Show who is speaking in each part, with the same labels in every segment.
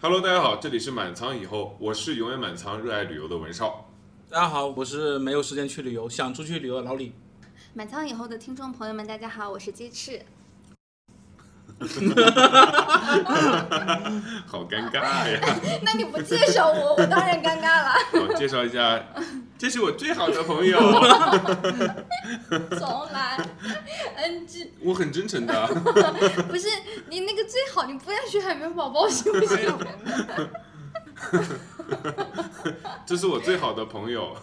Speaker 1: Hello，大家好，这里是满仓以后，我是永远满仓、热爱旅游的文少。
Speaker 2: 大家好，我是没有时间去旅游，想出去旅游的老李。
Speaker 3: 满仓以后的听众朋友们，大家好，我是鸡翅。
Speaker 1: 好尴尬呀！
Speaker 3: 那你不介绍我，我当然尴尬了。
Speaker 1: 好，介绍一下，这是我最好的朋友，
Speaker 3: 重来，NG，
Speaker 1: 我很真诚的。
Speaker 3: 不是你那个最好，你不要学海绵 宝宝行不
Speaker 1: 哎
Speaker 3: 行？
Speaker 1: 这是我最好的朋友，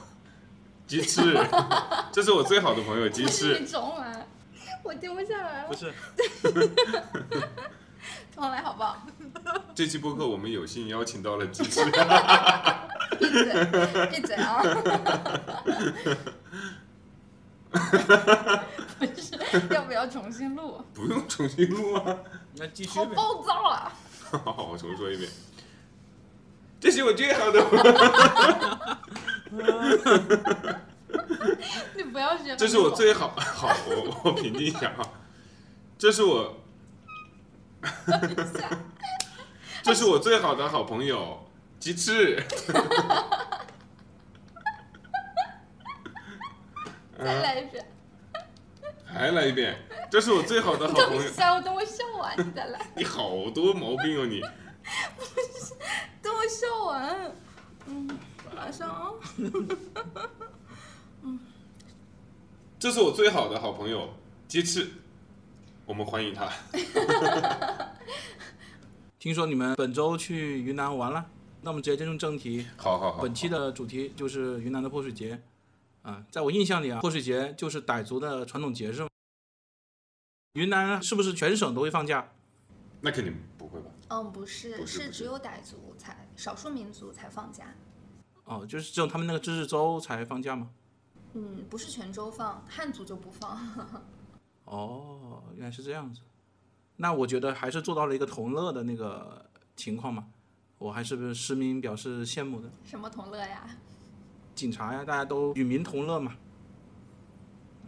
Speaker 1: 鸡翅。这是我最好的朋友，鸡
Speaker 3: 不是
Speaker 1: 翅。
Speaker 3: 你重来，啊我停不下来
Speaker 2: 不
Speaker 3: 了，
Speaker 2: 是，
Speaker 3: 重来好不好？
Speaker 1: 这期播客我们有幸邀请到了鸡翅。
Speaker 3: 闭嘴，闭嘴 啊！不是，要不要重新录？
Speaker 1: 不用重新录啊！
Speaker 2: 那继续
Speaker 3: 好
Speaker 2: 呗。
Speaker 3: 暴躁啊！
Speaker 1: 好，我重说一遍。这是我最好的朋友，
Speaker 3: 你不要学，
Speaker 1: 这是我最好。好，我我平静一下啊。这是我
Speaker 3: 一下。
Speaker 1: 这是我最好的好朋友鸡翅。
Speaker 3: 再来一遍，
Speaker 1: 还来一遍，这是我最好的好
Speaker 3: 等
Speaker 1: 朋
Speaker 3: 一
Speaker 1: 友。
Speaker 3: 下，我等我笑完你再来，
Speaker 1: 你好多毛病哦你！
Speaker 3: 等我笑完，嗯，马上啊，
Speaker 1: 这是我最好的好朋友鸡翅，我们欢迎他。
Speaker 2: 听说你们本周去云南玩了，那我们直接进入正题。
Speaker 1: 好好好
Speaker 2: 本，期的主题就是云南的泼水节。啊、在我印象里啊，泼水节就是傣族的传统节日嘛。云南是不是全省都会放假？
Speaker 1: 那肯定不会吧？
Speaker 3: 嗯，不是，
Speaker 1: 不是不是
Speaker 3: 只有傣族才，少数民族才放假，
Speaker 2: 哦，就是只有他们那个自治州才放假吗？
Speaker 3: 嗯，不是全州放，汉族就不放，
Speaker 2: 哦，原来是这样子。那我觉得还是做到了一个同乐的那个情况嘛，我还是市民表示羡慕的。
Speaker 3: 什么同乐呀？
Speaker 2: 警察呀，大家都与民同乐嘛。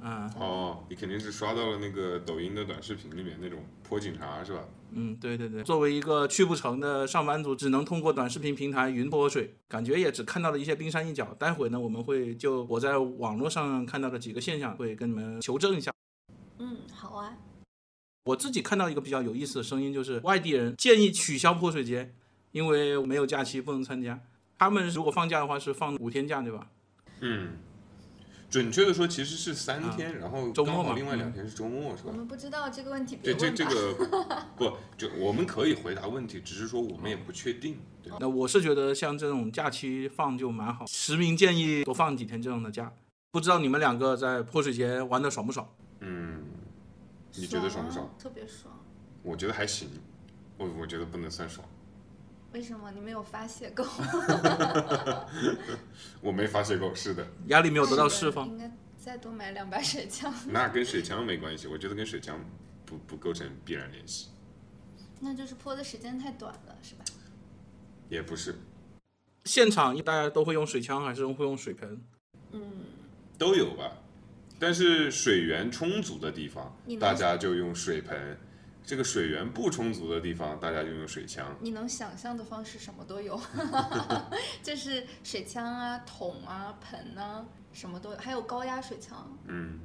Speaker 2: 嗯
Speaker 1: 哦，你肯定是刷到了那个抖音的短视频里面那种泼警察是吧？
Speaker 2: 嗯，对对对，作为一个去不成的上班族，只能通过短视频平台云泼水，感觉也只看到了一些冰山一角。待会呢，我们会就我在网络上看到的几个现象，会跟你们求证一下。
Speaker 3: 嗯，好啊，
Speaker 2: 我自己看到一个比较有意思的声音，就是外地人建议取消泼水节，因为没有假期不能参加。他们如果放假的话是放五天假，对吧？
Speaker 1: 嗯，准确的说其实是三天，然后
Speaker 2: 啊周末
Speaker 1: 刚好
Speaker 2: 嘛嗯
Speaker 1: 另外两天是周末是
Speaker 3: 我
Speaker 1: 吧？
Speaker 3: 们不知道这个问题，别
Speaker 1: 对，这
Speaker 3: 嗯问
Speaker 1: 这
Speaker 3: 吧。
Speaker 1: 个 不就我们可以回答问题，只是说我们也不确定，对吧？
Speaker 2: 那我是觉得像这种假期放就蛮好，实名建议多放几天这样的假。不知道你们两个在泼水节玩的爽不爽？
Speaker 1: 嗯，你觉得爽不爽？
Speaker 3: 啊？特别爽，
Speaker 1: 我觉得还行，我我觉得不能算爽，
Speaker 3: 为什么你没有发泄够？
Speaker 1: 我没发泄够， 是的，
Speaker 2: 压力没有得到
Speaker 3: 是
Speaker 2: 释
Speaker 3: 的
Speaker 2: 放。
Speaker 3: 应该再多买两把水枪，
Speaker 1: 那跟水枪没关系，我觉得跟水枪不不构成必然联系，
Speaker 3: 那就是泼的时间太短了，是吧？
Speaker 1: 也不是，
Speaker 2: 现场大家都会用水枪还是会用水盆？
Speaker 3: 嗯，
Speaker 1: 都有吧。但是水源充足的地方
Speaker 3: 你，能
Speaker 1: 大家就用水盆；这个水源不充足的地方，大家就用水枪。
Speaker 3: 你能想象的方式什么 都有，就是水枪啊、桶啊、盆啊，什么都有，还有高压水枪。
Speaker 1: 嗯，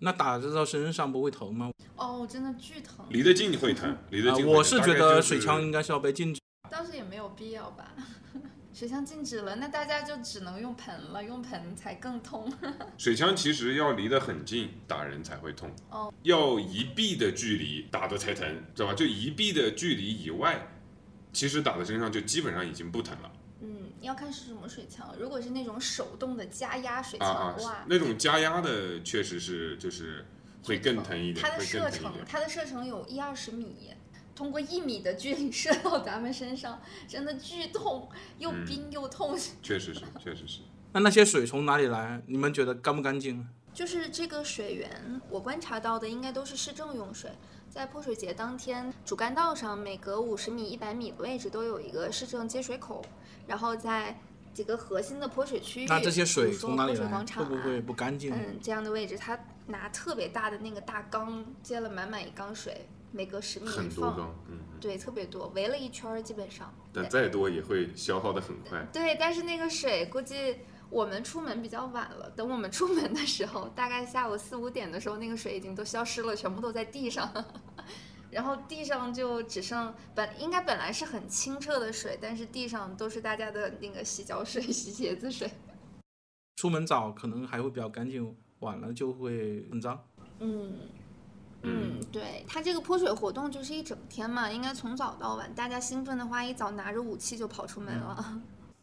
Speaker 2: 那打到身上不会疼吗？
Speaker 3: 哦，真的巨疼，
Speaker 1: 离得近你会疼，离得
Speaker 2: 啊、
Speaker 1: 近会疼、
Speaker 2: 我是觉
Speaker 1: 大概就
Speaker 2: 得水枪应该是要被禁止。
Speaker 3: 当时也没有必要吧。 水枪禁止了，那大家就只能用盆了，用盆才更痛。
Speaker 1: 水枪其实要离得很近，打人才会痛。
Speaker 3: 哦，
Speaker 1: 要一臂的距离打的才疼，知道吧？就一臂的距离以外，其实打在身上就基本上已经不疼了
Speaker 3: 嗯，要看是什么水枪，如果是那种手动的加压水
Speaker 1: 啊
Speaker 3: 枪，
Speaker 1: 啊！
Speaker 3: 哇，
Speaker 1: 那种加压的确实是就是会更疼一点，
Speaker 3: 它的
Speaker 1: 会
Speaker 3: 射
Speaker 1: 更疼
Speaker 3: 程
Speaker 1: 一点，。
Speaker 3: 它的射程有一二十米，通过一米的距离 射到咱们身上，真的巨痛，又
Speaker 1: 嗯
Speaker 3: 冰 又痛。
Speaker 1: 确实是，确 实是。
Speaker 2: 那那些水从哪里来？你们觉得干不干净？
Speaker 3: 就是这个水源，我观察到的应该都是市政用水。在泼水节当天，主干道上每隔五十米、一百米的位置都有一个市政接水口，然后在几个核心的泼水区域，
Speaker 2: 那这些水
Speaker 3: 比如说
Speaker 2: 从哪里
Speaker 3: 泼水
Speaker 2: 来？
Speaker 3: 广场
Speaker 2: 会
Speaker 3: 啊，
Speaker 2: 不会不干净？
Speaker 3: 嗯，这样的位置，他拿特别大的那个大缸接了满满一缸水，每隔十米
Speaker 1: 很
Speaker 3: 一
Speaker 1: 多
Speaker 3: 放，
Speaker 1: 缸，嗯，嗯
Speaker 3: 对，特别多，围了一圈儿基本上。
Speaker 1: 但再多也会消耗的很快。
Speaker 3: 对，但是那个水估计我们出门比较晚了，等我们出门的时候，大概下午四五点的时候，那个水已经都消失了，全部都在地上。 然后地上就只剩本应该本来是很清澈的水，但是地上都是大家的那个洗脚水、 洗鞋子水。
Speaker 2: 出门早可能还会比较干净，晚了就会很脏。
Speaker 3: 嗯，嗯，对，它这个泼水活动就是一整天嘛，应该从早到晚，大家兴奋的话，一早拿着武器就跑出门了。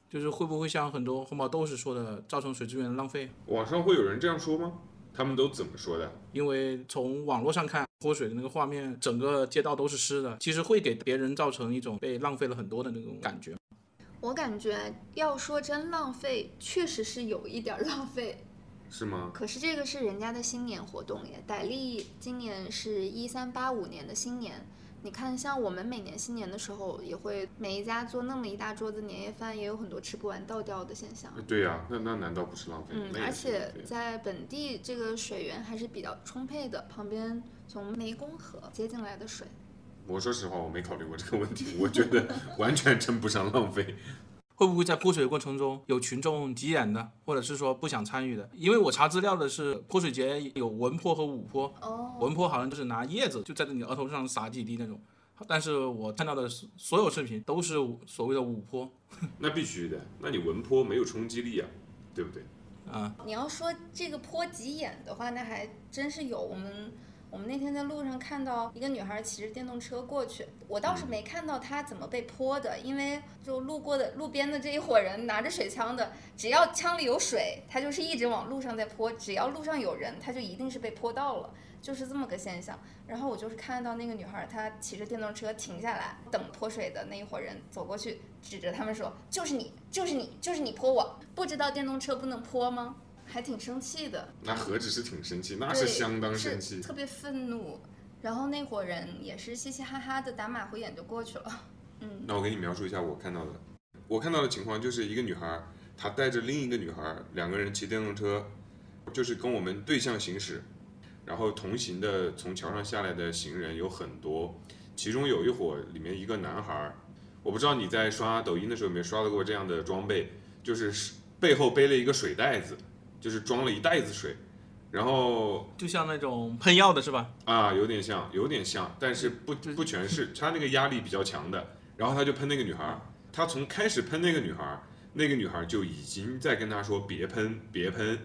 Speaker 2: 就是会不会像很多环保斗士说的，造成水资源的浪费？
Speaker 1: 网上会有人这样说吗？他们都怎么说的？
Speaker 2: 因为从网络上看泼水的那个画面，整个街道都是湿的，其实会给别人造成一种被浪费了很多的那种感觉。
Speaker 3: 我感觉要说真浪费，确实是有一点儿浪费，
Speaker 1: 是吗？
Speaker 3: 可是这个是人家的新年活动耶，傣历今年是一三八五年的新年。你看，像我们每年新年的时候，也会每一家做那么一大桌子年夜饭，也有很多吃不完倒掉的现象。
Speaker 1: 对呀、那那难道不是浪费？
Speaker 3: 嗯
Speaker 1: 那，也
Speaker 3: 而
Speaker 1: 是浪
Speaker 3: 且
Speaker 1: 费
Speaker 3: 在本地这个水源还是比较充沛的，旁边从湄公河接进来的水。
Speaker 1: 我说实话，我没考虑过这个问题，我觉 得完全称不上浪费。
Speaker 2: 会不会在泼水的过程中有群众急眼的，或者是说不想参与的？因为我查资料的是泼水节有文泼和武泼，
Speaker 3: 哦，
Speaker 2: 文泼好像就是拿叶子就在你额头上撒几滴那种，但是我看到的所所有视频都是所谓的武泼
Speaker 1: 那必须的，那你文坡没有冲击力啊，对不对？
Speaker 2: 啊，
Speaker 3: 你要说这个泼急眼的话，那还真是有。我们我们那天在路上看到一个女孩骑着电动车过去，我倒是没看到她怎么被泼的，因为就路过的路边的这一伙人拿着水枪的，只要枪里有水，她就是一直往路上在泼；只要路上有人，她就一定是被泼到了。就是这么个现象，然后我就是看到那个女孩，她骑着电动车停下来，等泼水的那一伙人走过去，指着他们说：“就是你，就是你，就是你泼我！”不知道电动车不能泼吗？还挺生气的，
Speaker 1: 那何止是挺生气，那
Speaker 3: 对
Speaker 1: 是相当
Speaker 3: 是
Speaker 1: 生气。
Speaker 3: 特别愤怒。然后那伙人也是嘻嘻哈哈的打马虎眼就过去了。嗯，
Speaker 1: 那我给你描述一下我看到的，我看到的情况就是一个女孩儿，她带着另一个女孩儿，两个人骑电动车，就是跟我们对向行驶，然后同行的从桥上下来的行人有很多，其中有一伙里面一个男孩儿，我不知道你在刷抖音的时候有没有刷到过这样的装备，就是是背后背了一个水袋子，就是装了一袋子水，然后
Speaker 2: 就像那种喷药的是吧？
Speaker 1: 啊，有点像，有点像，但是不不全是，他那个压力比较强的，然后他就喷那个女孩儿，他从开始喷那个女孩儿，那个女孩儿就已经在跟他说别喷，别喷，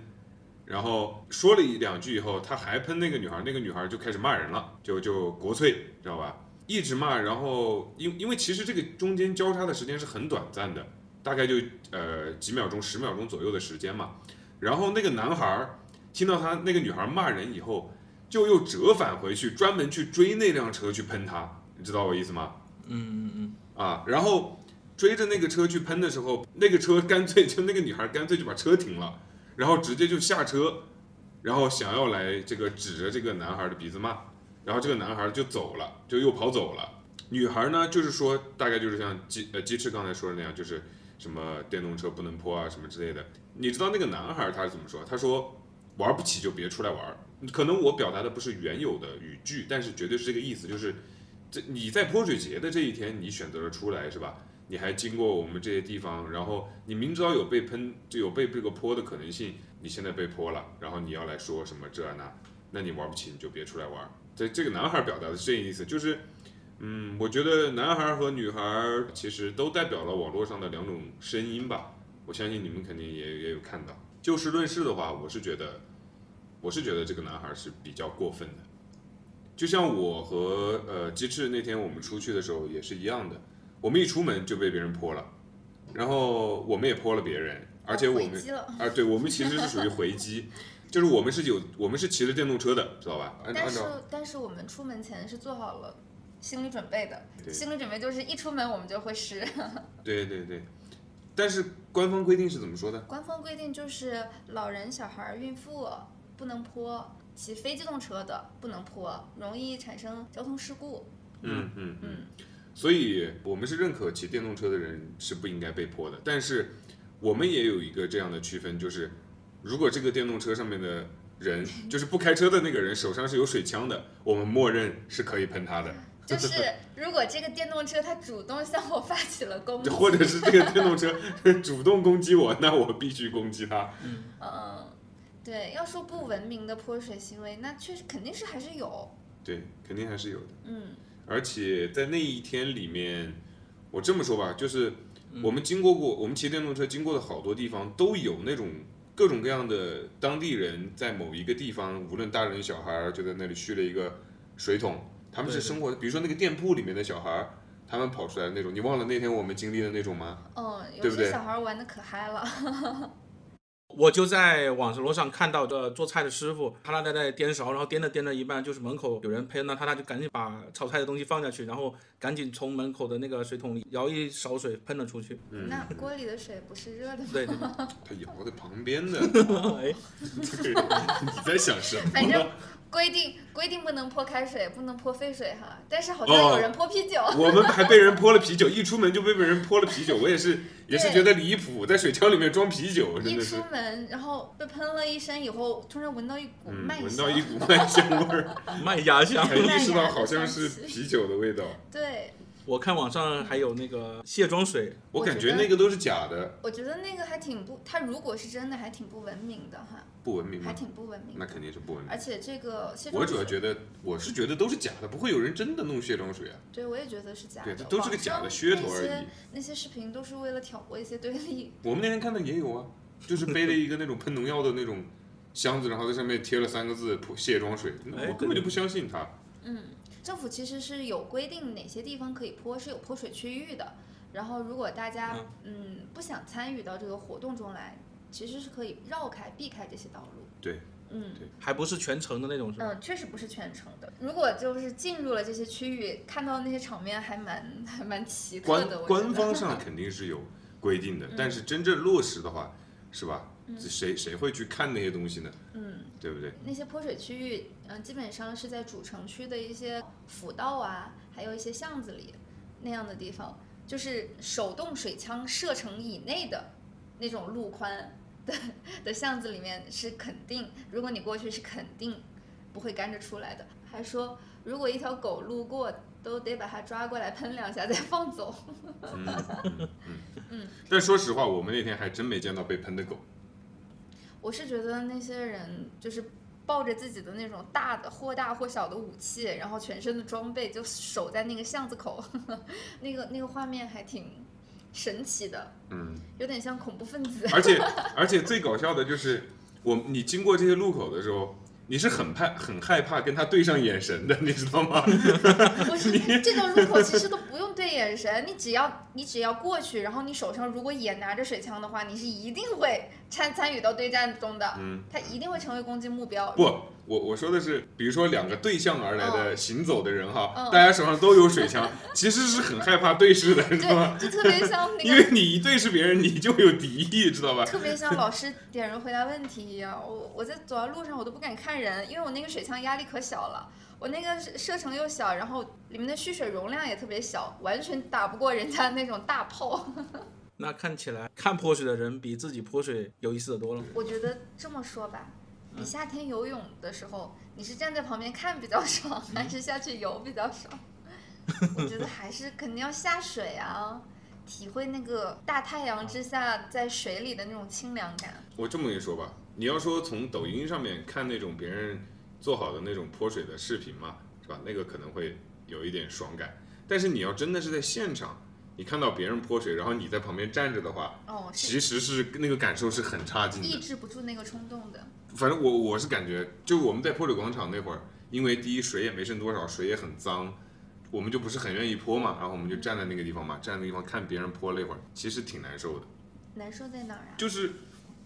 Speaker 1: 然后说了一两句以后，他还喷那个女孩儿，那个女孩儿就开始骂人了，就就国粹，知道吧？一直骂，然后因因为其实这个中间交叉的时间是很短暂的，大概就呃几秒钟、十秒钟左右的时间嘛。然后那个男孩儿听到他那个女孩儿骂人以后，就又折返回去，专门去追那辆车去喷他，你知道我意思吗？
Speaker 2: 嗯嗯嗯，
Speaker 1: 啊，然后追着那个车去喷的时候，那个车干脆就那个女孩干脆就把车停了，然后直接就下车，然后想要来这个指着这个男孩的鼻子骂，然后这个男孩就走了，就又跑走了。女孩呢，就是说大概就是像鸡呃鸡翅刚才说的那样，就是什么电动车不能泼啊什么之类的。你知道那个男孩他是怎么说？他说玩不起就别出来玩儿。可能我表达的不是原有的语句，但是绝对是这个意思，就是这你在泼水节的这一天，你选择了出来是吧？你还经过我们这些地方，然后你明知道有被喷，就有被这个泼的可能性，你现在被泼了，然后你要来说什么这那，那你玩不起你就别出来玩儿。这这个男孩表达的是这个意思，就是，嗯，我觉得男孩和女孩其实都代表了网络上的两种声音吧。我相信你们肯定也也有看到。就事论事的话，我是觉得，我是觉得这个男孩是比较过分的。就像我和呃鸡翅那天我们出去的时候也是一样的，我们一出门就被别人泼了，然后我们也泼了别人，而且我
Speaker 3: 回
Speaker 1: 们
Speaker 3: 击了，
Speaker 1: 啊，对，我们其实是属于回击，就是我们是有我们是骑着电动车的，知道吧？按
Speaker 3: 但
Speaker 1: 按
Speaker 3: 是
Speaker 1: 照
Speaker 3: 但是我们出门前是做好了心理准备的，
Speaker 1: 对
Speaker 3: 心理准备就是一出门我们就会湿。
Speaker 1: 对对对，但是官方规定是怎么说的？
Speaker 3: 官方规定就是老人、小孩、孕妇不能泼，骑非机动车的不能泼，容易产生交通事 故。
Speaker 1: 嗯嗯嗯
Speaker 3: 嗯，
Speaker 1: 所以我们是认可骑电动车的人是不应该被泼的，但是我们也有一个这样的区分，就是如果这个电动车上面的人，就是不开车的那个人手上是有水枪的，我们默认是可以喷他的，
Speaker 3: 就是如果这个电动车它主动向我发起了攻击，
Speaker 1: 或者是这个电动车 主动攻击我，那我必须攻击他。
Speaker 3: 嗯，对，要说不文明的泼水行为，那确实肯定是还是有，
Speaker 1: 对，肯定还是有的。
Speaker 3: 嗯
Speaker 1: 而且在那一天里面，我这么说吧，就是
Speaker 2: 嗯
Speaker 1: 我们经过过，我们骑电动车经过的好多地方，都有那种各种各样的当地人在某一个地方，无论大人小孩儿，就在那里续了一个水桶。他们是
Speaker 2: 对对
Speaker 1: 生活，比如说那个店铺里面的小孩儿，他们跑出来的那种，你忘了那天我们经历的那种吗？
Speaker 3: 嗯，有
Speaker 1: 对不对
Speaker 3: 些小孩玩的可嗨了，
Speaker 2: 我就在网络上看到的做菜的师傅，他那在那颠勺，然后颠着颠着一半，就是门口有人喷了，他他就赶紧把炒菜的东西放下去，然后赶紧从门口的那个水桶里舀一勺水喷了出去。
Speaker 1: 嗯，
Speaker 3: 那锅里的水不是热的吗？
Speaker 2: 对，对
Speaker 1: 他摇在旁边的，
Speaker 2: 对 哎，
Speaker 1: 对你在想什么？
Speaker 3: 反正规定规定不能泼开水，不能泼沸水哈，但是好像
Speaker 1: 哦
Speaker 3: 有人泼啤酒，
Speaker 1: 我们还被人泼了啤酒，一出门就被被人泼了啤酒，我也是也是
Speaker 3: 对
Speaker 1: 觉得离谱，在水枪里面装啤酒，真
Speaker 3: 一
Speaker 1: 的
Speaker 3: 出
Speaker 1: 是，
Speaker 3: 门然后被喷了一身以后，突然闻到一股
Speaker 1: 嗯，
Speaker 3: 麦
Speaker 1: 闻
Speaker 3: 香
Speaker 1: 到，一股麦香味儿，
Speaker 2: 麦芽香。
Speaker 1: 才意识到好像是啤酒的味道。
Speaker 3: 对，
Speaker 2: 我看网上还有那个卸妆水，
Speaker 1: 我感觉那个都是假的，
Speaker 3: 我觉得那个还挺不，它如果是真的还挺不文明的哈，
Speaker 1: 不文明吗？
Speaker 3: 还挺不文明
Speaker 1: 那
Speaker 3: 的。
Speaker 1: 肯定是不文明
Speaker 3: 而。且这个卸妆
Speaker 1: 我主要觉得，我是觉得都是假的，不会有人真的弄卸妆水啊。
Speaker 3: 对我也觉得是假
Speaker 1: 对，这
Speaker 3: 的，
Speaker 1: 都是个假的噱头而
Speaker 3: 网上那
Speaker 1: 已
Speaker 3: 些。那些视频都是为了挑拨一些对立，
Speaker 1: 我们那天看到也有啊，就是背了一个那种喷农药的那种箱子，然后在上面贴了三个字“卸妆水”，那
Speaker 2: 哎
Speaker 1: 我根本就不相信他。
Speaker 3: 嗯，政府其实是有规定哪些地方可以泼，是有泼水区域的。然后，如果大家嗯不想参与到这个活动中来，其实是可以绕开、避开这些道路。
Speaker 1: 对，
Speaker 3: 嗯
Speaker 1: 对
Speaker 2: 还不是全程的那种，是吧？
Speaker 3: 嗯，确实不是全程的。如果就是进入了这些区域，看到那些场面还蛮还蛮奇特
Speaker 1: 官
Speaker 3: 的。我觉
Speaker 1: 官
Speaker 3: 得嗯
Speaker 1: 方上肯定是有规定的，但是真正落实的话，是吧？谁谁会去看那些东西呢？
Speaker 3: 嗯，
Speaker 1: 对不对？
Speaker 3: 那些泼水区域，嗯、基本上是在主城区的一些辅道啊，还有一些巷子里那样的地方，就是手动水枪射程以内的那种路宽的的巷子里面是肯定，如果你过去是肯定不会甘着出来的。还说如果一条狗路过，都得把它抓过来喷两下再放走。
Speaker 1: 嗯嗯嗯。但说实话，我们那天还真没见到被喷的 狗。
Speaker 3: 我是觉得那些人就是抱着自己的那种大的或大或小的武器，然后全身的装备就守在那个巷子口， 那个那个画面还挺神奇的，
Speaker 1: 嗯，
Speaker 3: 有点像恐怖分 子。
Speaker 1: 而且而且最搞笑的就是，我你经过这些路口的时候，你是很怕很害怕跟他对上眼神的，你知道吗？
Speaker 3: 不是这种路口其实都不用对眼神，你只要你只要过去，然后你手上如果也拿着水枪的话，你是一定会参参与到对战中的，
Speaker 1: 嗯，
Speaker 3: 他一定会成为攻击目标。
Speaker 1: 不，我我说的是，比如说两个对向而来的行走的人哈，
Speaker 3: 嗯
Speaker 1: 大家手上都有水枪，其实是很害怕对视的，知道吗？
Speaker 3: 对，就特别像那
Speaker 1: 因
Speaker 3: 个
Speaker 1: 为你一对视别人，你就有敌意，知道吧？
Speaker 3: 特别 像老师点人回答问题一样，我我在走到路上我都不敢看人，因为我那个水枪压力可小了，我那个射射程又小，然后里面的蓄水容量也特别小，完全打不过人家那种大炮。
Speaker 2: 那看起来看泼水的人比自己泼水有意思的多了。
Speaker 3: 我觉得这么说吧，你
Speaker 1: 嗯
Speaker 3: 夏天游泳的时候，你是站在旁边看比较爽，还
Speaker 1: 嗯
Speaker 3: 是下去游比 较爽？我觉得还是肯定要下水啊，体会那个大太阳之下在水里的那种清凉感。
Speaker 1: 我这么跟你说吧，你要说从抖音上面看那种别人做好的那种泼水的视频嘛，是吧？那个可能会有一点爽感，但是你要真的是在现场，你看到别人泼水，然后你在旁边站着的话，
Speaker 3: 哦，是
Speaker 1: 其实是那个感受是很差劲
Speaker 3: 抑
Speaker 1: 的。
Speaker 3: 制不住那个冲动的。
Speaker 1: 反正我我是感觉，就我们在泼水广场那会儿，因为第一水也没剩多少，水也很脏。我们就不是很愿意泼嘛，然后我们就站在那个地方嘛，站在那个地方看别人泼了一会儿，其实挺难受的。
Speaker 3: 难受在哪儿啊？
Speaker 1: 就是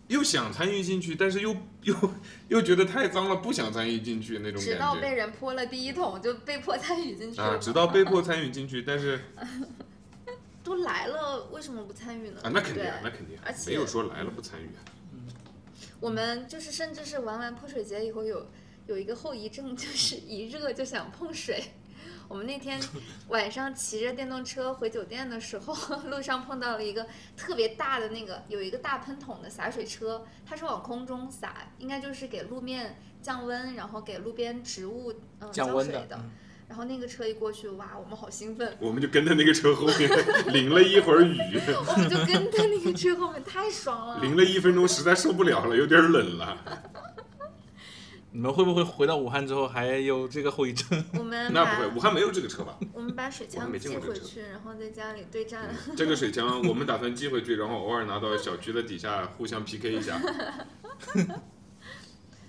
Speaker 1: 又想参与进去，但是又又又觉得太脏了，不想参与进去那种
Speaker 3: 直到
Speaker 1: 感觉
Speaker 3: 被人泼了第一桶，就被迫参与进去
Speaker 1: 啊，
Speaker 3: 了
Speaker 1: 直到被迫参与进去，但 是
Speaker 3: 都来了，为什么不参与呢？
Speaker 1: 啊，那肯定啊，那
Speaker 3: 对
Speaker 1: 肯定啊
Speaker 3: 而，且
Speaker 1: 没有说来了不参与啊，
Speaker 3: 我们就是甚至是玩完泼水节以后有有一个后遗症，就是一热就想碰水。
Speaker 4: 我们那天晚上骑着电动车回酒店的时候， 路上碰到了一个特别大的那个，有一个大喷筒的洒水车，它是往空中洒，应该就是给路面降温，然后给路边植物嗯
Speaker 2: 降温
Speaker 4: 水
Speaker 2: 的，
Speaker 4: 的。
Speaker 2: 嗯
Speaker 4: 然后那个车一过去，哇，我们好兴奋，
Speaker 1: 我们就跟在那个车后 面淋了一会儿雨，
Speaker 4: 我
Speaker 3: 哦
Speaker 4: 们就跟在那个车后面，太爽了。
Speaker 1: 淋了一分钟，实在受不了了，有点冷了。
Speaker 2: 你们会不会回到武汉之后还有这个后遗症？
Speaker 4: 我们
Speaker 1: 那不会，
Speaker 4: 把
Speaker 1: 武汉没有这个车吧？
Speaker 4: 我们把水
Speaker 1: 我还
Speaker 4: 枪
Speaker 1: 没见
Speaker 4: 寄
Speaker 1: 过这
Speaker 4: 回
Speaker 1: 车嗯
Speaker 4: 去，然后在家里对
Speaker 3: 嗯
Speaker 4: 战。
Speaker 1: 这个水枪我们打算寄回去，然后偶尔拿到小区的底下互相 PK 一下。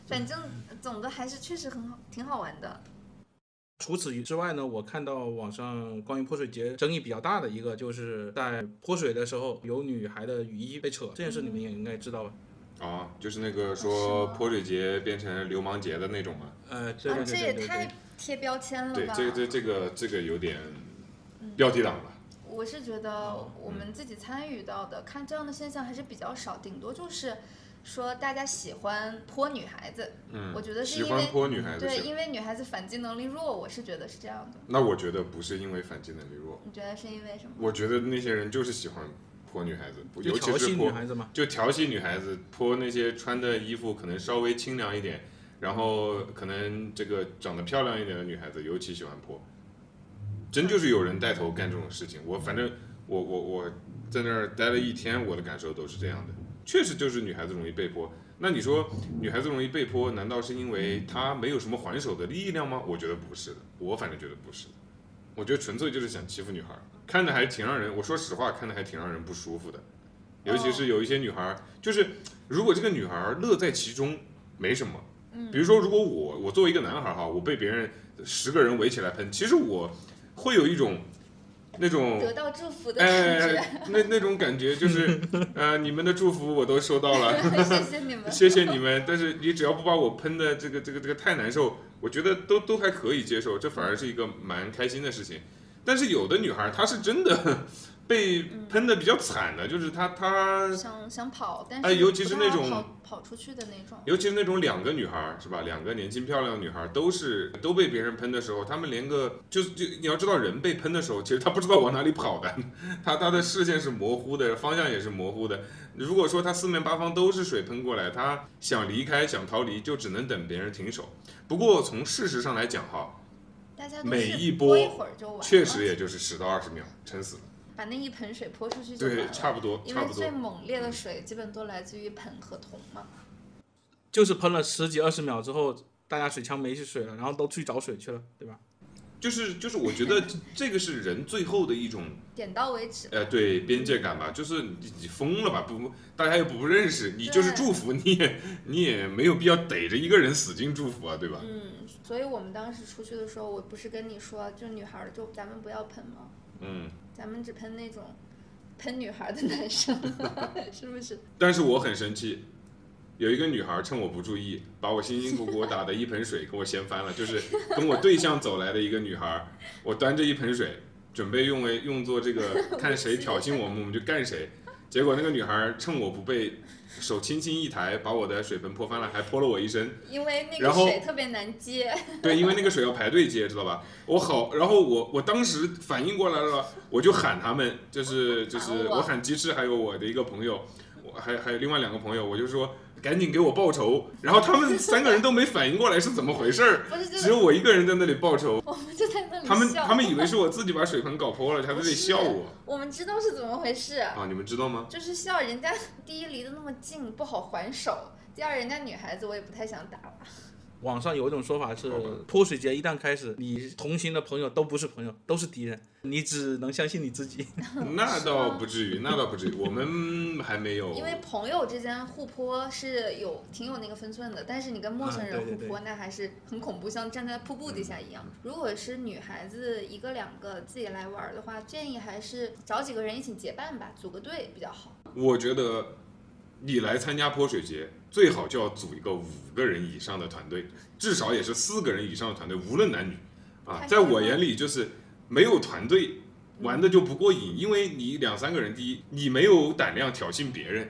Speaker 4: 反正总的还是确实很好，挺好玩的。
Speaker 2: 除此之外呢，我看到网上关于泼水节争议比较大的一个，就是在泼水的时候有女孩的雨衣被扯，这件事你们
Speaker 1: 嗯
Speaker 2: 也应该知道吧？
Speaker 1: 哦，就是那个说泼水节变成流氓节的那种嘛。
Speaker 2: 呃，对
Speaker 3: 啊
Speaker 2: 对，
Speaker 3: 这
Speaker 2: 对
Speaker 3: 也
Speaker 2: 对
Speaker 3: 太
Speaker 2: 对，
Speaker 3: 贴标签了
Speaker 1: 对，
Speaker 3: 吧？
Speaker 1: 这个这这个这个有点标题党了。
Speaker 3: 我是觉得我们自己参与到的，看这样的现象还是比较少，顶多就是说大家喜欢泼女孩子，
Speaker 1: 嗯，
Speaker 3: 我觉得是
Speaker 1: 喜
Speaker 3: 因为
Speaker 1: 欢泼女孩子
Speaker 3: 对，
Speaker 1: 是吧？
Speaker 3: 因为女孩子反击能力弱，我是觉得是这样的。
Speaker 1: 那我觉得不是因为反击能力弱，
Speaker 3: 你觉得是因为什么？
Speaker 1: 我觉得那些人就是喜欢泼女孩子，
Speaker 2: 就
Speaker 1: 尤
Speaker 2: 调
Speaker 1: 其
Speaker 2: 戏
Speaker 1: 是
Speaker 2: 女
Speaker 1: 泼
Speaker 2: 孩子嘛。
Speaker 1: 就调戏女孩子，泼那些穿的衣服可能稍微清凉一点，然后可能这个长得漂亮一点的女孩子尤其喜欢泼，真就是有人带头干这种事情。我反正我我我在那儿待了一天，我的感受都是这样的，确实就是女孩子容易被泼。那你说女孩子容易被泼，难道是因为她没有什么还手的力量吗？我觉得不是的，我反正觉得不是的，我觉得纯粹就是想欺负女孩儿，看的还挺让人，我说实话，看的还挺让人不舒服的。尤其是有一些女孩儿，就是如果这个女孩儿乐在其中，没什么。
Speaker 3: 嗯
Speaker 1: 比如说，如果我我作为一个男孩儿哈，我被别人十个人围起来喷，其实我会有一种那种
Speaker 3: 得到祝福的感觉，
Speaker 1: 哦哎，那那种感觉 就是，呃，你们的祝福我都收到了，
Speaker 3: 谢谢你们。
Speaker 1: 谢谢你们。但是你只要不把我喷的这个这个这个太难受，我觉得都都还可以接受，这反而是一个蛮开心的事情。但是有的女孩儿她是真的 被
Speaker 3: 嗯
Speaker 1: 喷的比较惨的，就是她她
Speaker 3: 想想跑，但是
Speaker 1: 哎尤其是
Speaker 3: 不太
Speaker 1: 那种
Speaker 3: 好跑跑出去的那种，
Speaker 1: 尤其是那种两个女孩儿是吧？两个年轻漂亮的女孩儿都是都被别人喷的时候，她们连个就是就你要知道，人被喷的时候，其实她不知道往哪里跑的， 她她的视线是模糊的，方向也是模糊的。如果说她四面八方都是水喷过来，她想离开想逃离，就只能等别人停手。不过从事实上来讲哈，
Speaker 3: 大家都
Speaker 1: 每
Speaker 3: 是
Speaker 1: 一
Speaker 3: 泼
Speaker 1: 波
Speaker 3: 一会儿就完了，
Speaker 1: 确实也就是十到二十秒，撑死了。
Speaker 3: 把那一盆水泼出去就完
Speaker 1: 对，
Speaker 3: 了。
Speaker 1: 差不多，
Speaker 3: 因
Speaker 1: 差
Speaker 3: 为
Speaker 1: 不多
Speaker 3: 最。猛烈的水基本都来自于盆和桶嘛。
Speaker 2: 就是喷了十几二十秒之后，大家水枪没水了，然后都去找水去了，对吧？
Speaker 1: 就是就是，我觉得这个是人最后的一种
Speaker 3: 点到为止。
Speaker 1: 呃，对边界感吧，就是你你疯了吧？不，大家又不认识，你就是
Speaker 3: 对
Speaker 1: 祝福，你也你也没有必要逮着一个人死劲祝福啊，对吧？
Speaker 3: 嗯，所以我们当时出去的时候，我不是跟你说，就女孩儿就咱们不要喷吗？
Speaker 1: 嗯，
Speaker 3: 咱们只喷那种喷女孩儿的 男生，是不是？
Speaker 1: 但是我很生气，有一个女孩趁我不注意，把我辛辛苦苦打的一盆水给我掀翻了，就是跟我对象走来的一个女孩，我端着一盆水，准备用为用作这个看谁挑衅我们，我们就干谁。结果那个女孩趁我不备，手轻轻一抬，把我的水盆泼翻了，还泼了我一身。
Speaker 3: 因为那个
Speaker 1: 然后
Speaker 3: 水特别难接，
Speaker 1: 对，因为那个水要排队接，知道吧？我好，然后我我当时反应过来了，我就喊他们，就是就是
Speaker 3: 喊我
Speaker 1: 我喊鸡翅，还有我的一个朋友，我还还有另外两个朋友，我就说赶紧给我报仇。然后他们三个人都没反应过来是怎么回事 儿，
Speaker 3: 不是就
Speaker 1: 只有我一个人在那里报仇。
Speaker 3: 我们就在那里
Speaker 1: 他们
Speaker 3: 笑。
Speaker 1: 他们以为是我自己把水盆搞泼 了，他们在那里笑我
Speaker 3: 我们知道是怎么回事，
Speaker 1: 啊！你们知道吗？
Speaker 3: 就是笑人家 第一离得那么近不好还手，第二人家女孩子我也不太想打
Speaker 2: 哦
Speaker 3: 了。
Speaker 2: 网上有一种说法是
Speaker 1: 好吧，
Speaker 2: 泼水节一旦开始，你同行的朋友都不是朋友，都是敌人，你只能相信你自己。
Speaker 1: 那倒不至于，那倒不至于，我们还没有。
Speaker 3: 因为朋友之间互泼是有挺有那个分寸的，但是你跟陌生人
Speaker 2: 啊对
Speaker 3: 互
Speaker 2: 对嗯
Speaker 3: 泼、那还是很恐怖，像站在瀑布底下一样。如果是女孩子一个两个自己来玩儿的话，建议还是找几个人一起结伴吧，组个队比较 好。
Speaker 1: 我觉得你来参加泼水节，最好就要组一个五个人以上的团队，至少也是四个人以上的团队，无论男女啊
Speaker 3: 太。
Speaker 1: 在我
Speaker 3: 羡慕
Speaker 1: 眼里，就是没有团队玩的就不过瘾，因为你两三个人，第一，你没有胆量挑衅别人。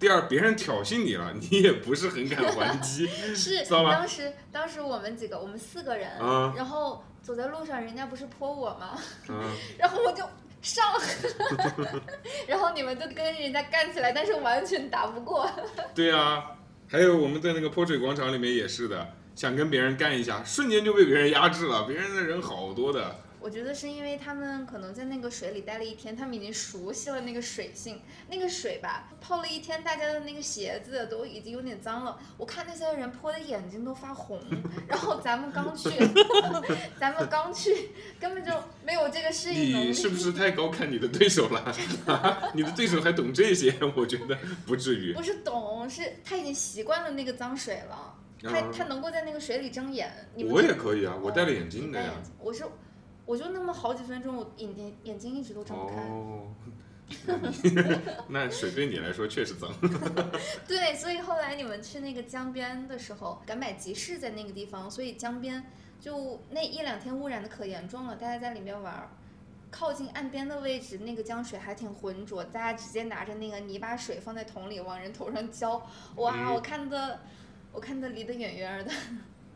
Speaker 1: 第二，别人挑衅你了，你也不是很敢还击
Speaker 3: 是
Speaker 1: 知道吧
Speaker 3: 当时当时我们几个，我们四个人，
Speaker 1: 啊
Speaker 3: 然后走在路上，人家不是泼我吗？
Speaker 1: 嗯，
Speaker 3: 然后我就上， 然后你们就跟人家干起来，但是完全打不过。
Speaker 1: 对啊，还有我们在那个泼水广场里面也是的，想跟别人干一下，瞬间就被别人压制了，别人的人好多的，
Speaker 3: 我觉得是因为他们可能在那个水里待了一天，他们已经熟悉了那个水性，那个水吧，泡了一天，大家的那个鞋子都已经有点脏了。我看那些人泼的眼睛都发红， 然后咱们刚去， 咱们刚去，根本就没有这个适应能力。
Speaker 1: 你是不是太高看你的对手了？ 你的对手还懂这些，我觉得不至于
Speaker 3: 不。是懂，是他已经习惯了那个脏水了，他
Speaker 1: 嗯
Speaker 3: 他能够在那个水里睁眼。你们
Speaker 1: 我
Speaker 3: 就哦
Speaker 1: 也可以啊，我戴了眼镜的呀
Speaker 3: 戴。眼镜哎我是，我就那么好几分钟，我眼睛眼睛一直都睁不开。
Speaker 1: 哦， 那水对你来说确实脏。
Speaker 3: 对，所以后来你们去那个江边的时候，赶摆集市在那个地方，所以江边就那一两天污染的可严重了，大家在里面玩儿。靠近岸边的位置，那个江水还挺浑浊，大家直接拿着那个泥巴水放在桶里往人头上浇，哇！
Speaker 1: 嗯
Speaker 3: 我看的，我看的离得远远的，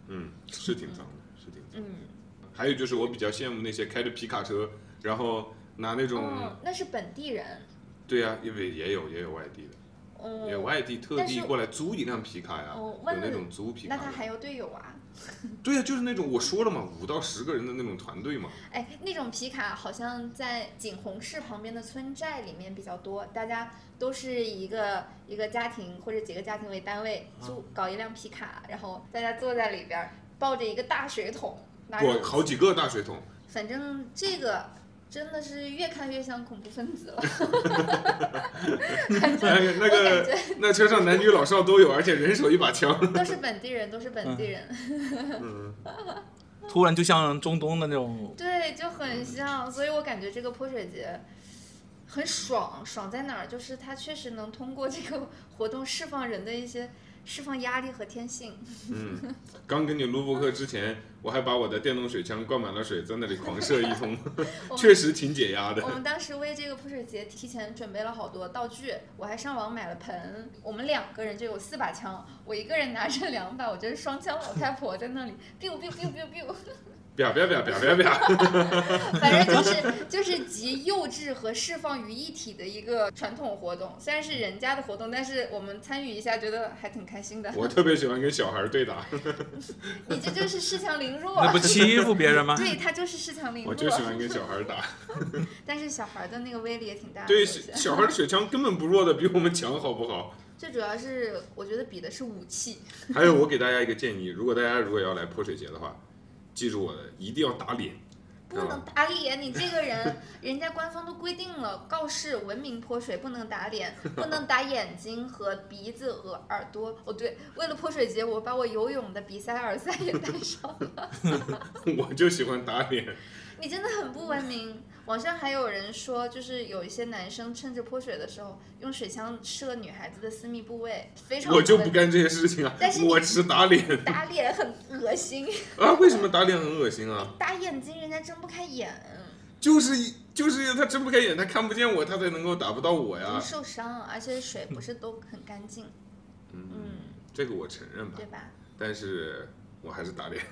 Speaker 1: 嗯，是挺脏的，是挺脏
Speaker 3: 嗯。
Speaker 1: 的。还有就是我比较羡慕那些开着皮卡车，然后拿那种，
Speaker 3: 嗯，那是本地人，
Speaker 1: 对呀、因为也有也有外地的，也有
Speaker 3: 嗯，
Speaker 1: 外地特
Speaker 3: 但
Speaker 1: 地
Speaker 3: 是
Speaker 1: 过来租一辆皮卡呀，
Speaker 3: 哦
Speaker 1: 有
Speaker 3: 问
Speaker 1: 那
Speaker 3: 了
Speaker 1: 种租皮卡
Speaker 3: 那他
Speaker 1: 的。
Speaker 3: 还有队友啊？
Speaker 1: 对呀、就是那种我说了嘛，五到十个人的那种团队嘛。
Speaker 3: 哎，那种皮卡好像在景洪市旁边的村寨里面比较多，大家都是以一个一个家庭或者几个家庭为单位
Speaker 1: 啊
Speaker 3: 租搞一辆皮卡，然后大家坐在里边儿，抱着一个大水桶，拿
Speaker 1: 我
Speaker 3: 着，
Speaker 1: 好几个大水桶，
Speaker 3: 反正这个真的是越看越像恐怖分子了。
Speaker 1: 哎那个那
Speaker 3: 我
Speaker 1: 个
Speaker 3: 感
Speaker 1: 那车上男女老少都有，而且人手一把枪。
Speaker 3: 觉都是本地人，都是本地人，
Speaker 1: 嗯，
Speaker 2: 突然就像中东的那种，
Speaker 3: 对，就很像，所以我感觉这个泼水节很爽，爽在哪儿？就是它确实能通过这个 活动释放人的一些释放压力和天性。
Speaker 1: 嗯， 刚跟你录播课之前，我还把我的电动水枪灌满了水，在那里狂射一通，
Speaker 3: 我们
Speaker 1: 确实挺解压
Speaker 3: 我
Speaker 1: 的。
Speaker 3: 们当时为这个泼水节提前准备了好多道具，我还上网买了盆。我们两个人就有四把枪，我一个人拿着两把，我就是双枪老太婆在那里 biu biu biu biu biu，
Speaker 1: 啪啪啪啪啪啪！
Speaker 3: 反正就是就是集幼稚和释放于一体的一个传统活动。虽然是人家的活动，但是我们参与一下，觉得还挺开心的。
Speaker 1: 我特别喜欢跟小孩对打，
Speaker 3: 你这就是恃强凌弱，
Speaker 2: 那不欺负别人吗？
Speaker 3: 对他就是恃强凌弱。
Speaker 1: 我就喜欢跟小孩 打。
Speaker 3: 但是小孩的那个威力也挺大的。
Speaker 1: 对，
Speaker 3: 我觉得
Speaker 1: 小孩的水枪根本不弱的，比我们强，好不好？
Speaker 3: 最主要是我觉得比的是武器。
Speaker 1: 还有，我给大家一个建议，如果大家如果要来泼水节的话，记住我的，一定要打脸。
Speaker 3: 不能打脸，你这个人，人家官方都规定了，告示文明泼水不能打脸，不能打眼睛和鼻子和耳朵。哦，对，为了泼水节，我把我游泳的鼻塞、耳塞也带上 了。
Speaker 1: 我就喜欢打脸。
Speaker 3: 哎你真的很不文明。网上还有人说，就是有一些男生趁着泼水的时候，用水枪射女孩子的私密部位，非常
Speaker 1: 我就
Speaker 3: 文
Speaker 1: 不
Speaker 3: 明
Speaker 1: 干这些事情啊
Speaker 3: 但是！你
Speaker 1: 我只打脸
Speaker 3: 打脸很恶心，
Speaker 1: 啊！为什么打脸很恶心啊？哎
Speaker 3: 打眼睛人家睁不开眼，
Speaker 1: 就是一就是他睁不开眼，他看不见我，他才能够打不到我
Speaker 3: 容易
Speaker 1: 呀。
Speaker 3: 受伤，而且水不是都很干净，
Speaker 1: 嗯，
Speaker 3: 嗯，
Speaker 1: 这个我承认吧
Speaker 3: 对，吧？
Speaker 1: 但是我还是打脸。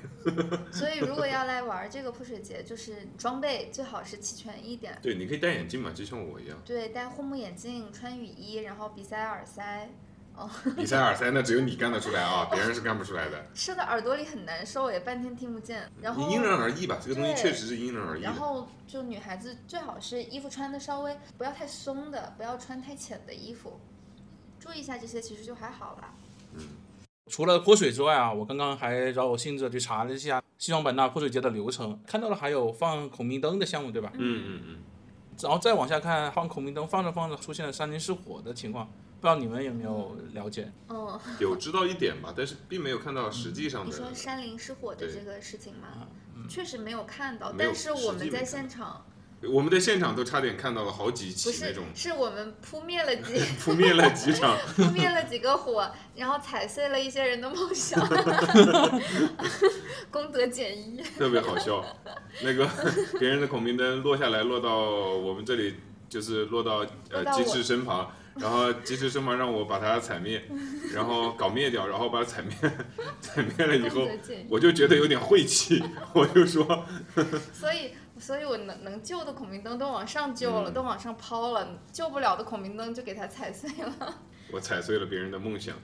Speaker 3: 所以如果要来玩这个泼水节，就是装备最好是齐全一点，
Speaker 1: 对，你可以戴眼镜嘛，就像我一样。
Speaker 3: 对，戴护目眼镜，穿雨衣，然后鼻塞、耳塞，
Speaker 1: 比赛耳塞那只有 你干得出来啊，别人是干不出来 的。
Speaker 3: 射到耳朵里很难受，也半天听不见。然后
Speaker 1: 你因人而异吧，这个东西
Speaker 3: 对
Speaker 1: 确实是因人而异
Speaker 3: 然
Speaker 1: 的。
Speaker 3: 后就女孩子最好是衣服穿的稍微不要太松的，不要穿太浅的衣服，注意一下这些，其实就还好啦。
Speaker 2: 除了泼水之外啊，我刚刚还饶有兴致地去查了一下西双版纳泼水节的流程，看到了还有放孔明灯的项目，对吧？
Speaker 1: 嗯嗯嗯，
Speaker 2: 然后再往下看，放孔明灯放着放着出现了山林失火的情况，不知道你们有没有了解？
Speaker 3: 嗯，
Speaker 1: 有知道一点吧，但是并没有看到实际上
Speaker 3: 你
Speaker 1: 的。
Speaker 3: 说山林失火的
Speaker 1: 对嗯
Speaker 3: 这个事情吗？确实没有看到，
Speaker 1: 没有
Speaker 3: 但是我
Speaker 1: 实际
Speaker 3: 们
Speaker 1: 没
Speaker 3: 在
Speaker 1: 看
Speaker 3: 现场
Speaker 1: 我们在现场都差点看到了好几
Speaker 3: 不
Speaker 1: 起那
Speaker 3: 是
Speaker 1: 种，
Speaker 3: 是我们扑灭 了几
Speaker 1: 扑灭了几场。
Speaker 3: 扑灭了几个火，然后踩碎了一些人的梦想， 功德减一。
Speaker 1: 特别好笑。那 个别人的孔明灯落下来，落到我们这里，就是落到呃
Speaker 3: 落到
Speaker 1: 鸡
Speaker 3: 我
Speaker 1: 翅身旁，然后及时身亡让我把它踩 灭，然后搞灭掉，然后把它踩灭， 踩灭了以
Speaker 3: 功
Speaker 1: 后
Speaker 3: 德，建议。
Speaker 1: 我就觉得有点晦气， 我就说
Speaker 3: 所以，所以我能能救的孔明灯都往上救了，
Speaker 1: 嗯
Speaker 3: 都往上抛了，救不了的孔明灯就给它踩碎了。
Speaker 1: 我踩碎了别人的梦想。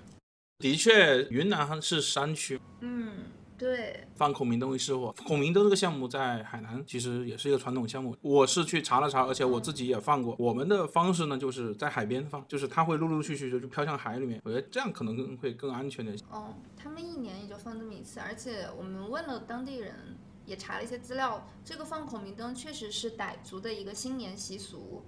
Speaker 2: 的确，云南是山区，
Speaker 3: 嗯，对，
Speaker 2: 放孔明灯会失火。孔明灯这个项目在海南其实也是一个传统项目，我是去查了查，而且我自己也放过。我们的方式呢，就是在海边放，就是它会陆陆续续就就飘向海里面，我觉得这样可能更会更安全点。
Speaker 3: 哦，他们一年也就放这么一次，而且我们问了当地人，也查了一些资料，这个放孔明灯确实是傣族的一个新年习俗。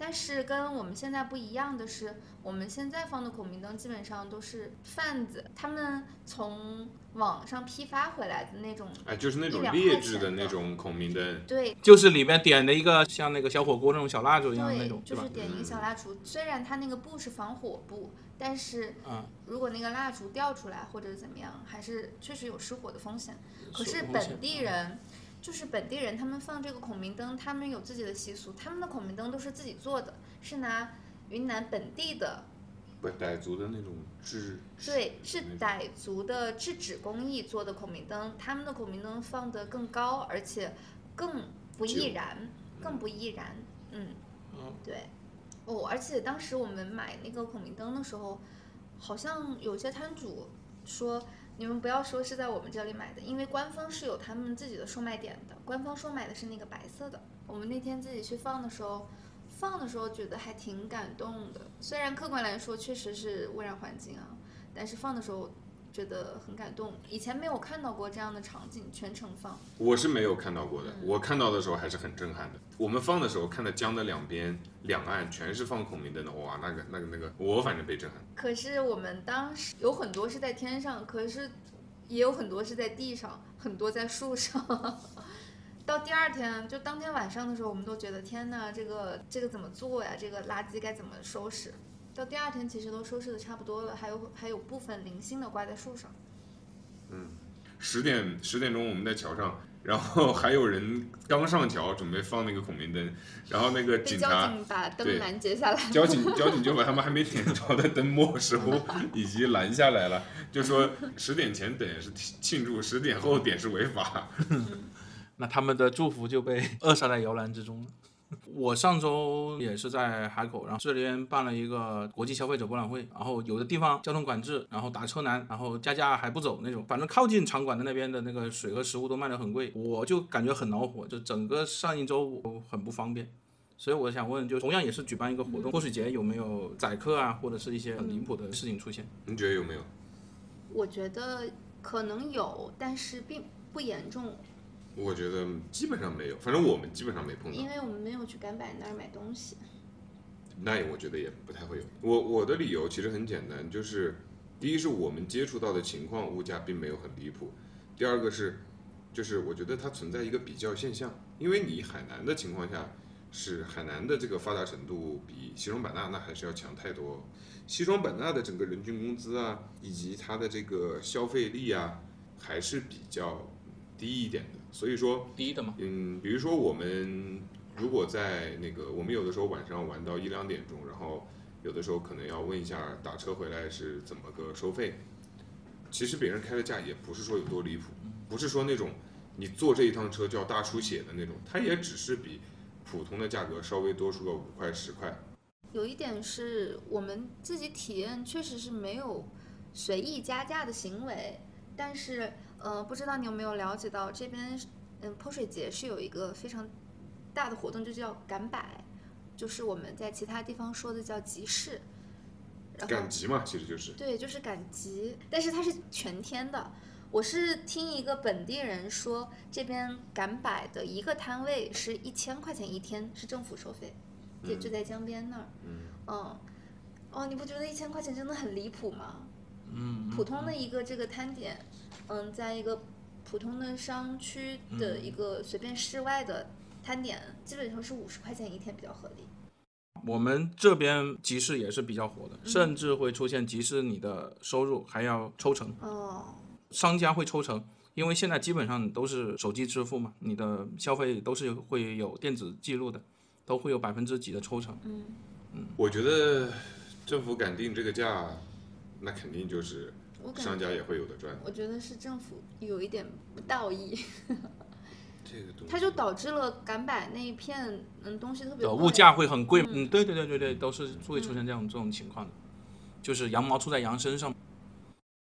Speaker 3: 但是跟我们现在不一样的是，我们现在放的孔明灯基本上都是贩子他们从网上批发回来的那种，
Speaker 1: 哎，就是那种
Speaker 3: 一两块
Speaker 1: 劣质的
Speaker 3: 钱的
Speaker 1: 那种孔明灯，
Speaker 3: 对，
Speaker 2: 就是里面点了一个像那个小火锅那种小蜡烛一样的啊那
Speaker 3: 对
Speaker 2: 种，，
Speaker 3: 就
Speaker 2: 吧
Speaker 3: 是？点一个小
Speaker 1: 嗯
Speaker 3: 蜡烛，虽然它那个布是防火布，但是
Speaker 2: 啊，
Speaker 3: 如果那个蜡烛掉出来或者怎么样，还是确实有失火的风险。可
Speaker 2: 失
Speaker 3: 是
Speaker 2: 火风险
Speaker 3: 本地人，就是本地人，他们放这个孔明灯，他们有自己的习俗，他们的孔明灯都是自己做的，是拿云南本地的，
Speaker 1: 不傣族的那种制。
Speaker 3: 对，是
Speaker 1: 嗯
Speaker 3: 傣族的制纸工艺做的孔明灯，他们的孔明灯放得更高，而且更不易
Speaker 1: 久
Speaker 3: 燃，更不易燃，嗯。
Speaker 2: 嗯，
Speaker 3: 对，哦，而且当时我们买那个孔明灯的时候，好像有些摊主说，你们不要说是在我们这里买的，因为官方是有他们自己的售卖点的，官方售卖的是那个白色的。我们那天自己去放的时候，放的时候觉得还挺感动的，虽然客观来说确实是污染环境啊，但是放的时候。觉得很感动，以前没有看到过这样的场景，全程放，
Speaker 1: 我是没有看到过的，
Speaker 3: 嗯
Speaker 1: 我看到的时候还是很震撼的。我们放的时候，看到江的两边两岸全是放孔明灯的，哇，那个那个那个，我反正被震撼。
Speaker 3: 可是我们当时有很多是在天上，可是也有很多是在地上，很多在树上。 到第二天，就当天晚上的时候，我们都觉得天呐，这个这个怎么做呀？这个垃圾该怎么收拾？到第二天，其实都收拾的差不多了，还有还有部分零星的挂在树上。
Speaker 1: 十点十点钟我们在桥上，然后还有人刚上桥准备放那个孔明灯，然后那个
Speaker 3: 被
Speaker 1: 警
Speaker 3: 交
Speaker 1: 察。
Speaker 3: 警把灯
Speaker 1: 对
Speaker 3: 拦截下来。
Speaker 1: 交警交警就把他们还没点着的灯没收以及拦下来了，就说十点前点是庆祝，十点后点是违法。
Speaker 2: 那他们的祝福就被扼杀在摇篮之中了。我上周也是在海口，然后这边办了一个国际消费者博览会，然后有的地方交通管制，然后打车难，然后加价还不走那种，反正靠近场馆的那边的那个水和食物都卖得很贵，我就感觉很恼火，就整个上一周我很不方便。所以我想问，就同样也是举办一个活动，泼水节有没有宰客啊，或者是一些很离谱的事情出现？
Speaker 1: 你觉得有没有？
Speaker 4: 我觉得可能有，但是并不严重，
Speaker 1: 我觉得基本上没有，反正我们基本上没碰到
Speaker 4: 因。为我们没有去甘柏那儿买东西。
Speaker 1: 那也我觉得也不太会有。我我的理由其实很简单，就是第一是我们接触到的情况物价并没有很离谱，第二个是就是我觉得它存在一个比较现象，因为你海南的情况下是海南的这个发达程度比西双版纳那还是要强太多。西双版纳的整个人均工资啊，以及它的这个消费力啊，还是比较低一点的，所以说。
Speaker 2: 第一的嘛，
Speaker 1: 嗯，比如说我们如果在那个，我们有的时候晚上玩到一两点钟，然后有的时候可能要问一下打车回来是怎么个收费。其实别人开的价也不是说有多离谱，不是说那种你坐这一趟车就要大出血的那种，它也只是比普通的价格稍微多出个五块十块。
Speaker 4: 有一点是我们自己体验，确实是没有随意加价的行为，但是呃，不知道你有没有了解到这边，嗯，泼水节是有一个非常大的活动，就叫赶摆，就是我们在其他地方说的叫集市，然后
Speaker 1: 赶集嘛，其实就是
Speaker 4: 对，就是赶集，但是它是全天的。我是听一个本地人说，这边赶摆的一个摊位是一千块钱一天，是政府收费，就就在江边那儿。
Speaker 1: 嗯，
Speaker 4: 嗯，哦，你不觉得一千块钱真的很离谱吗？
Speaker 2: 嗯，
Speaker 4: 普通的一个这个摊点，嗯，在一个普通的商区
Speaker 2: 嗯
Speaker 4: 的一个随便室外的摊点，基本上是五十块钱一天比较合理。
Speaker 2: 我们这边集市也是比较火的，甚至会出现集市你的收入还要抽成，
Speaker 4: 哦，
Speaker 2: 商家会抽成，因为现在基本上都是手机支付嘛，你的消费都是会有电子记录的，都会有百分之几的抽成。
Speaker 1: 我觉得政府敢定这个价，那肯定就是
Speaker 3: 我感
Speaker 1: 商
Speaker 3: 觉
Speaker 1: 家也会有的赚。
Speaker 3: 我觉得是政府有一点不道义，
Speaker 1: 这个东西，
Speaker 3: 它就导致了赶摆那一片嗯东西特别
Speaker 2: 的
Speaker 3: 贵嗯
Speaker 2: 物价会很贵。嗯，对对对对对，都是会出现这样这种情况的，就是羊毛出在羊身上。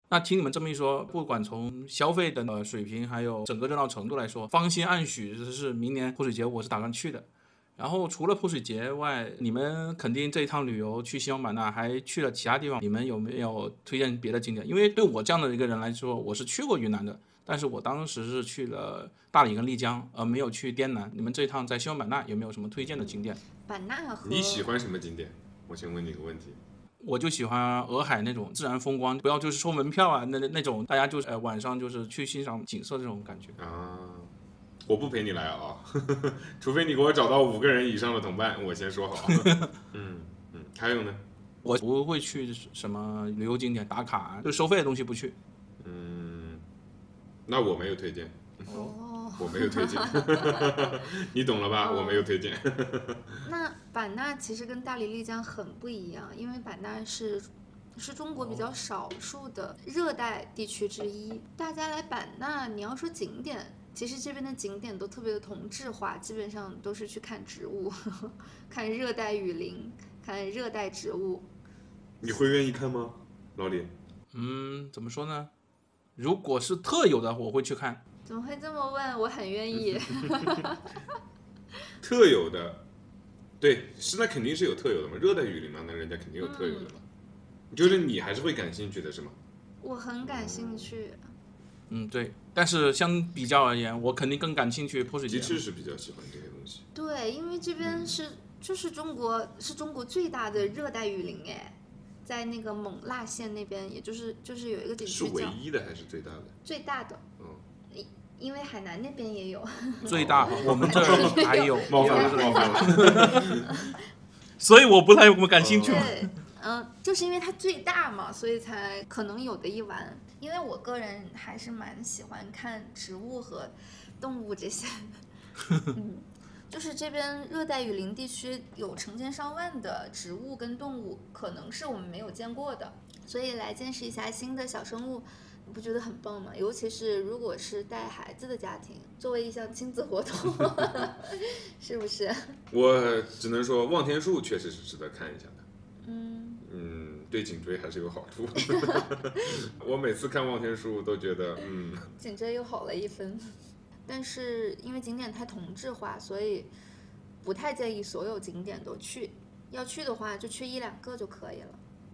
Speaker 2: 那听你们这么一说，不管从消费的呃水平，还有整个热闹程度来说，芳心暗许是明年泼水节我是打算去的。然后除了泼水节外，你们肯定这一趟旅游去西双版纳还去了其他地方，你们有没有推荐别的景点？因为对我这样的一个人来说，我是去过云南的，但是我当时是去了大理跟丽江，而没有去滇南。你们这一趟在西双版纳有没有什么推荐的景
Speaker 1: 嗯
Speaker 2: 点？
Speaker 3: 版纳和
Speaker 1: 你喜欢什么景点？我先问你个问题。
Speaker 2: 我就喜欢洱海那种自然风光，不要就是收门票啊，那那那种大家就是呃晚上就是去欣赏景色这种感觉。
Speaker 1: 啊，我不陪你来啊， 除非你给我找到五个人以上的同伴，我先说好。 嗯嗯，还有呢？
Speaker 2: 我不会去什么旅游景点打卡啊，就收费的东西不去。
Speaker 1: 嗯，那我没有推荐，
Speaker 3: 哦，
Speaker 1: 我没有推荐， 你懂了吧？我没有推荐。
Speaker 3: 那版纳其实跟大理、丽江很不一样，因为版纳是是中国比较少数的热带地区之一。大家来版纳，你要说景点，其实这边的景点都特别的同质化，基本上都是去看植物， 看热带雨林，看热带植物。
Speaker 1: 你会愿意看吗，老李？
Speaker 2: 嗯，怎么说呢？如果是特有的，我会去看。
Speaker 3: 怎么会这么问？我很愿意。
Speaker 1: 特有的，对，是那肯定是有特有的嘛，热带雨林嘛，那人家肯定有特有的嘛。就是你还是会感兴趣的是吗？
Speaker 3: 我很
Speaker 1: 哦
Speaker 3: 感兴趣，
Speaker 2: 嗯，对。但是相比较而言，我肯定更感兴趣泼水
Speaker 1: 鸡翅
Speaker 2: 节。
Speaker 1: 是比较喜欢这些东西。
Speaker 3: 对，因为这
Speaker 1: 嗯
Speaker 3: 边是就是中国是中国最大的热带雨林哎，在那个勐腊县那边，也就是就是有一个景
Speaker 1: 是
Speaker 3: 区
Speaker 1: 唯
Speaker 3: 叫
Speaker 1: 一的还是最大的？
Speaker 3: 最大的，
Speaker 1: 嗯，
Speaker 3: 因为海南那边也有，
Speaker 2: 最大，我们 这儿还有，
Speaker 1: 哦冒犯
Speaker 2: 也有
Speaker 1: 了，
Speaker 2: 这种
Speaker 1: 冒犯了。
Speaker 2: 所以我不太我感兴趣。
Speaker 3: 对，嗯，就是因为它最大嘛，所以才可能有的一玩
Speaker 5: 因为我个人还是蛮喜欢看植物和
Speaker 3: 动物这些。嗯，
Speaker 5: 就是这边热带雨林地区有成千上万的植物跟动物，可能是我们没有见过的。
Speaker 3: 所以来见识一下新的小生物，你不觉得很棒吗？尤其是如果是带孩子的家庭，作为一项亲子活动， 是不是？
Speaker 1: 我只能说，望天树确实是值得看一下的。
Speaker 3: 嗯，
Speaker 1: 嗯，对颈椎还是有好处。 我每次看望天树都觉得，嗯，
Speaker 3: 颈椎又好了一分。但是因为景点太同质化，所以不太建议所有景点都去。要去的话，就去一两个就可以了。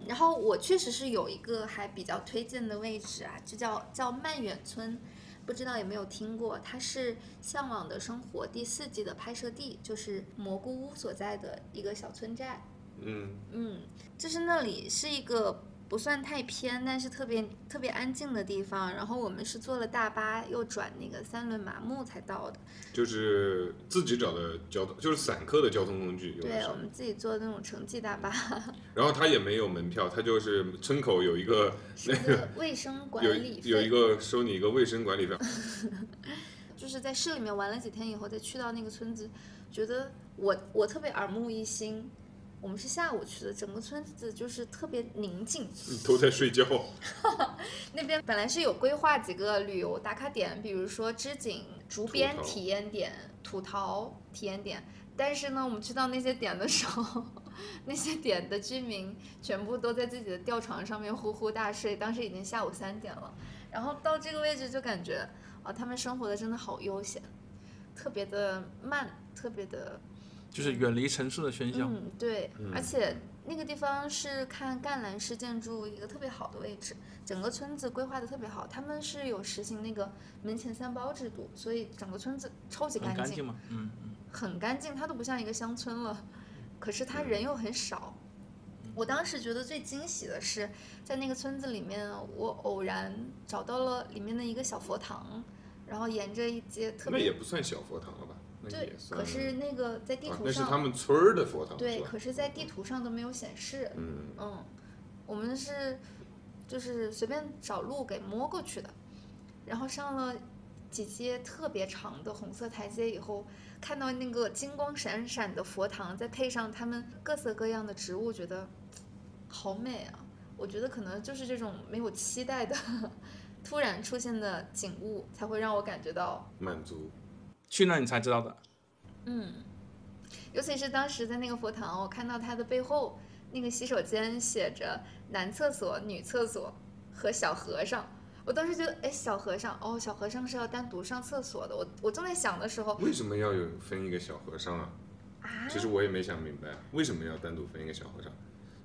Speaker 3: 然后我确实是有一个还比较推荐的位置啊，就叫叫漫远村，不知道有没有听过？它是《向往的生活》第四季的拍摄地，就是蘑菇屋所在的一个小村寨。
Speaker 1: 嗯，
Speaker 3: 嗯，就是那里是一个不算太偏，但是特别特别安静的地方。然后我们是坐了大巴，又转那个三轮麻木才到的。
Speaker 1: 就是自己找的交通，就是散客的交通工具，有
Speaker 3: 对
Speaker 1: 的时
Speaker 3: 我
Speaker 1: 候。
Speaker 3: 们自己坐的那种城际大 巴，
Speaker 1: 然后他也没有门票，他就是村口有一个
Speaker 3: 是一个卫生管
Speaker 1: 有
Speaker 3: 理
Speaker 1: 有一
Speaker 3: 费。
Speaker 1: 个收你一个卫生管理费。
Speaker 3: 就是在市里面玩了几天以后，再去到那个村子，觉得我我特别耳目一新。我们是下午去的，整个村子就是特别宁静。
Speaker 1: 你嗯都在睡觉，
Speaker 3: 那边本来是有规划几个旅游打卡点，比如说织锦、竹编
Speaker 1: 陶
Speaker 3: 体验点、土陶体验点，但是呢，我们去到那些点的时候，那些点的居民全部都在自己的吊床上面呼呼大睡，当时已经下午三点了。然后到这个位置就感觉，啊，他们生活的真的好悠闲，特别的慢，特别的，
Speaker 2: 就是远离城市的喧嚣。
Speaker 3: 嗯，对，
Speaker 1: 嗯
Speaker 3: 而且那个地方是看赣南市建筑一个特别好的位置，整个村子规划的特别好。他们是有实行那个门前三包制度，所以整个村子超级
Speaker 2: 很
Speaker 3: 干
Speaker 2: 干
Speaker 3: 净，
Speaker 2: 净嘛，嗯嗯，
Speaker 3: 很干净，它都不像一个乡村了。可是它人又很少。
Speaker 1: 嗯
Speaker 3: 我当时觉得最惊喜的是，在那个村子里面，我偶然找到了里面的一个小佛堂，然后沿着一街特
Speaker 1: 那也
Speaker 3: 别
Speaker 1: 不算小佛堂了吧？那
Speaker 3: 对
Speaker 1: 也，算。
Speaker 3: 可是那个在地
Speaker 1: 啊，
Speaker 3: 图
Speaker 1: 那是他
Speaker 3: 上，
Speaker 1: 们村儿的嗯佛堂，
Speaker 3: 对，
Speaker 1: 是吧
Speaker 3: 可是在地图上都没有显示。
Speaker 1: 嗯，
Speaker 3: 嗯，我们是就是随便找路给摸过去的，然后上了几阶特别长的红色台阶以后，看到那个金光闪闪的佛堂，再配上他们各色各样的植物，觉得好美啊！我觉得可能就是这种没有期待的 突然出现的景物，才会让我感觉到
Speaker 1: 满足。
Speaker 2: 去那你才知道的。
Speaker 3: 嗯，尤其是当时在那个佛堂，我看到它的背后那个洗手间写着男厕所、女厕所和小和尚。我当时觉得，哎，小和尚，哦，小和尚是要单独上厕所的。我我正在想的时候，
Speaker 1: 为什么要有分一个小和尚啊？
Speaker 3: 啊，
Speaker 1: 其实我也没想明白，为什么要单独分一个小和尚？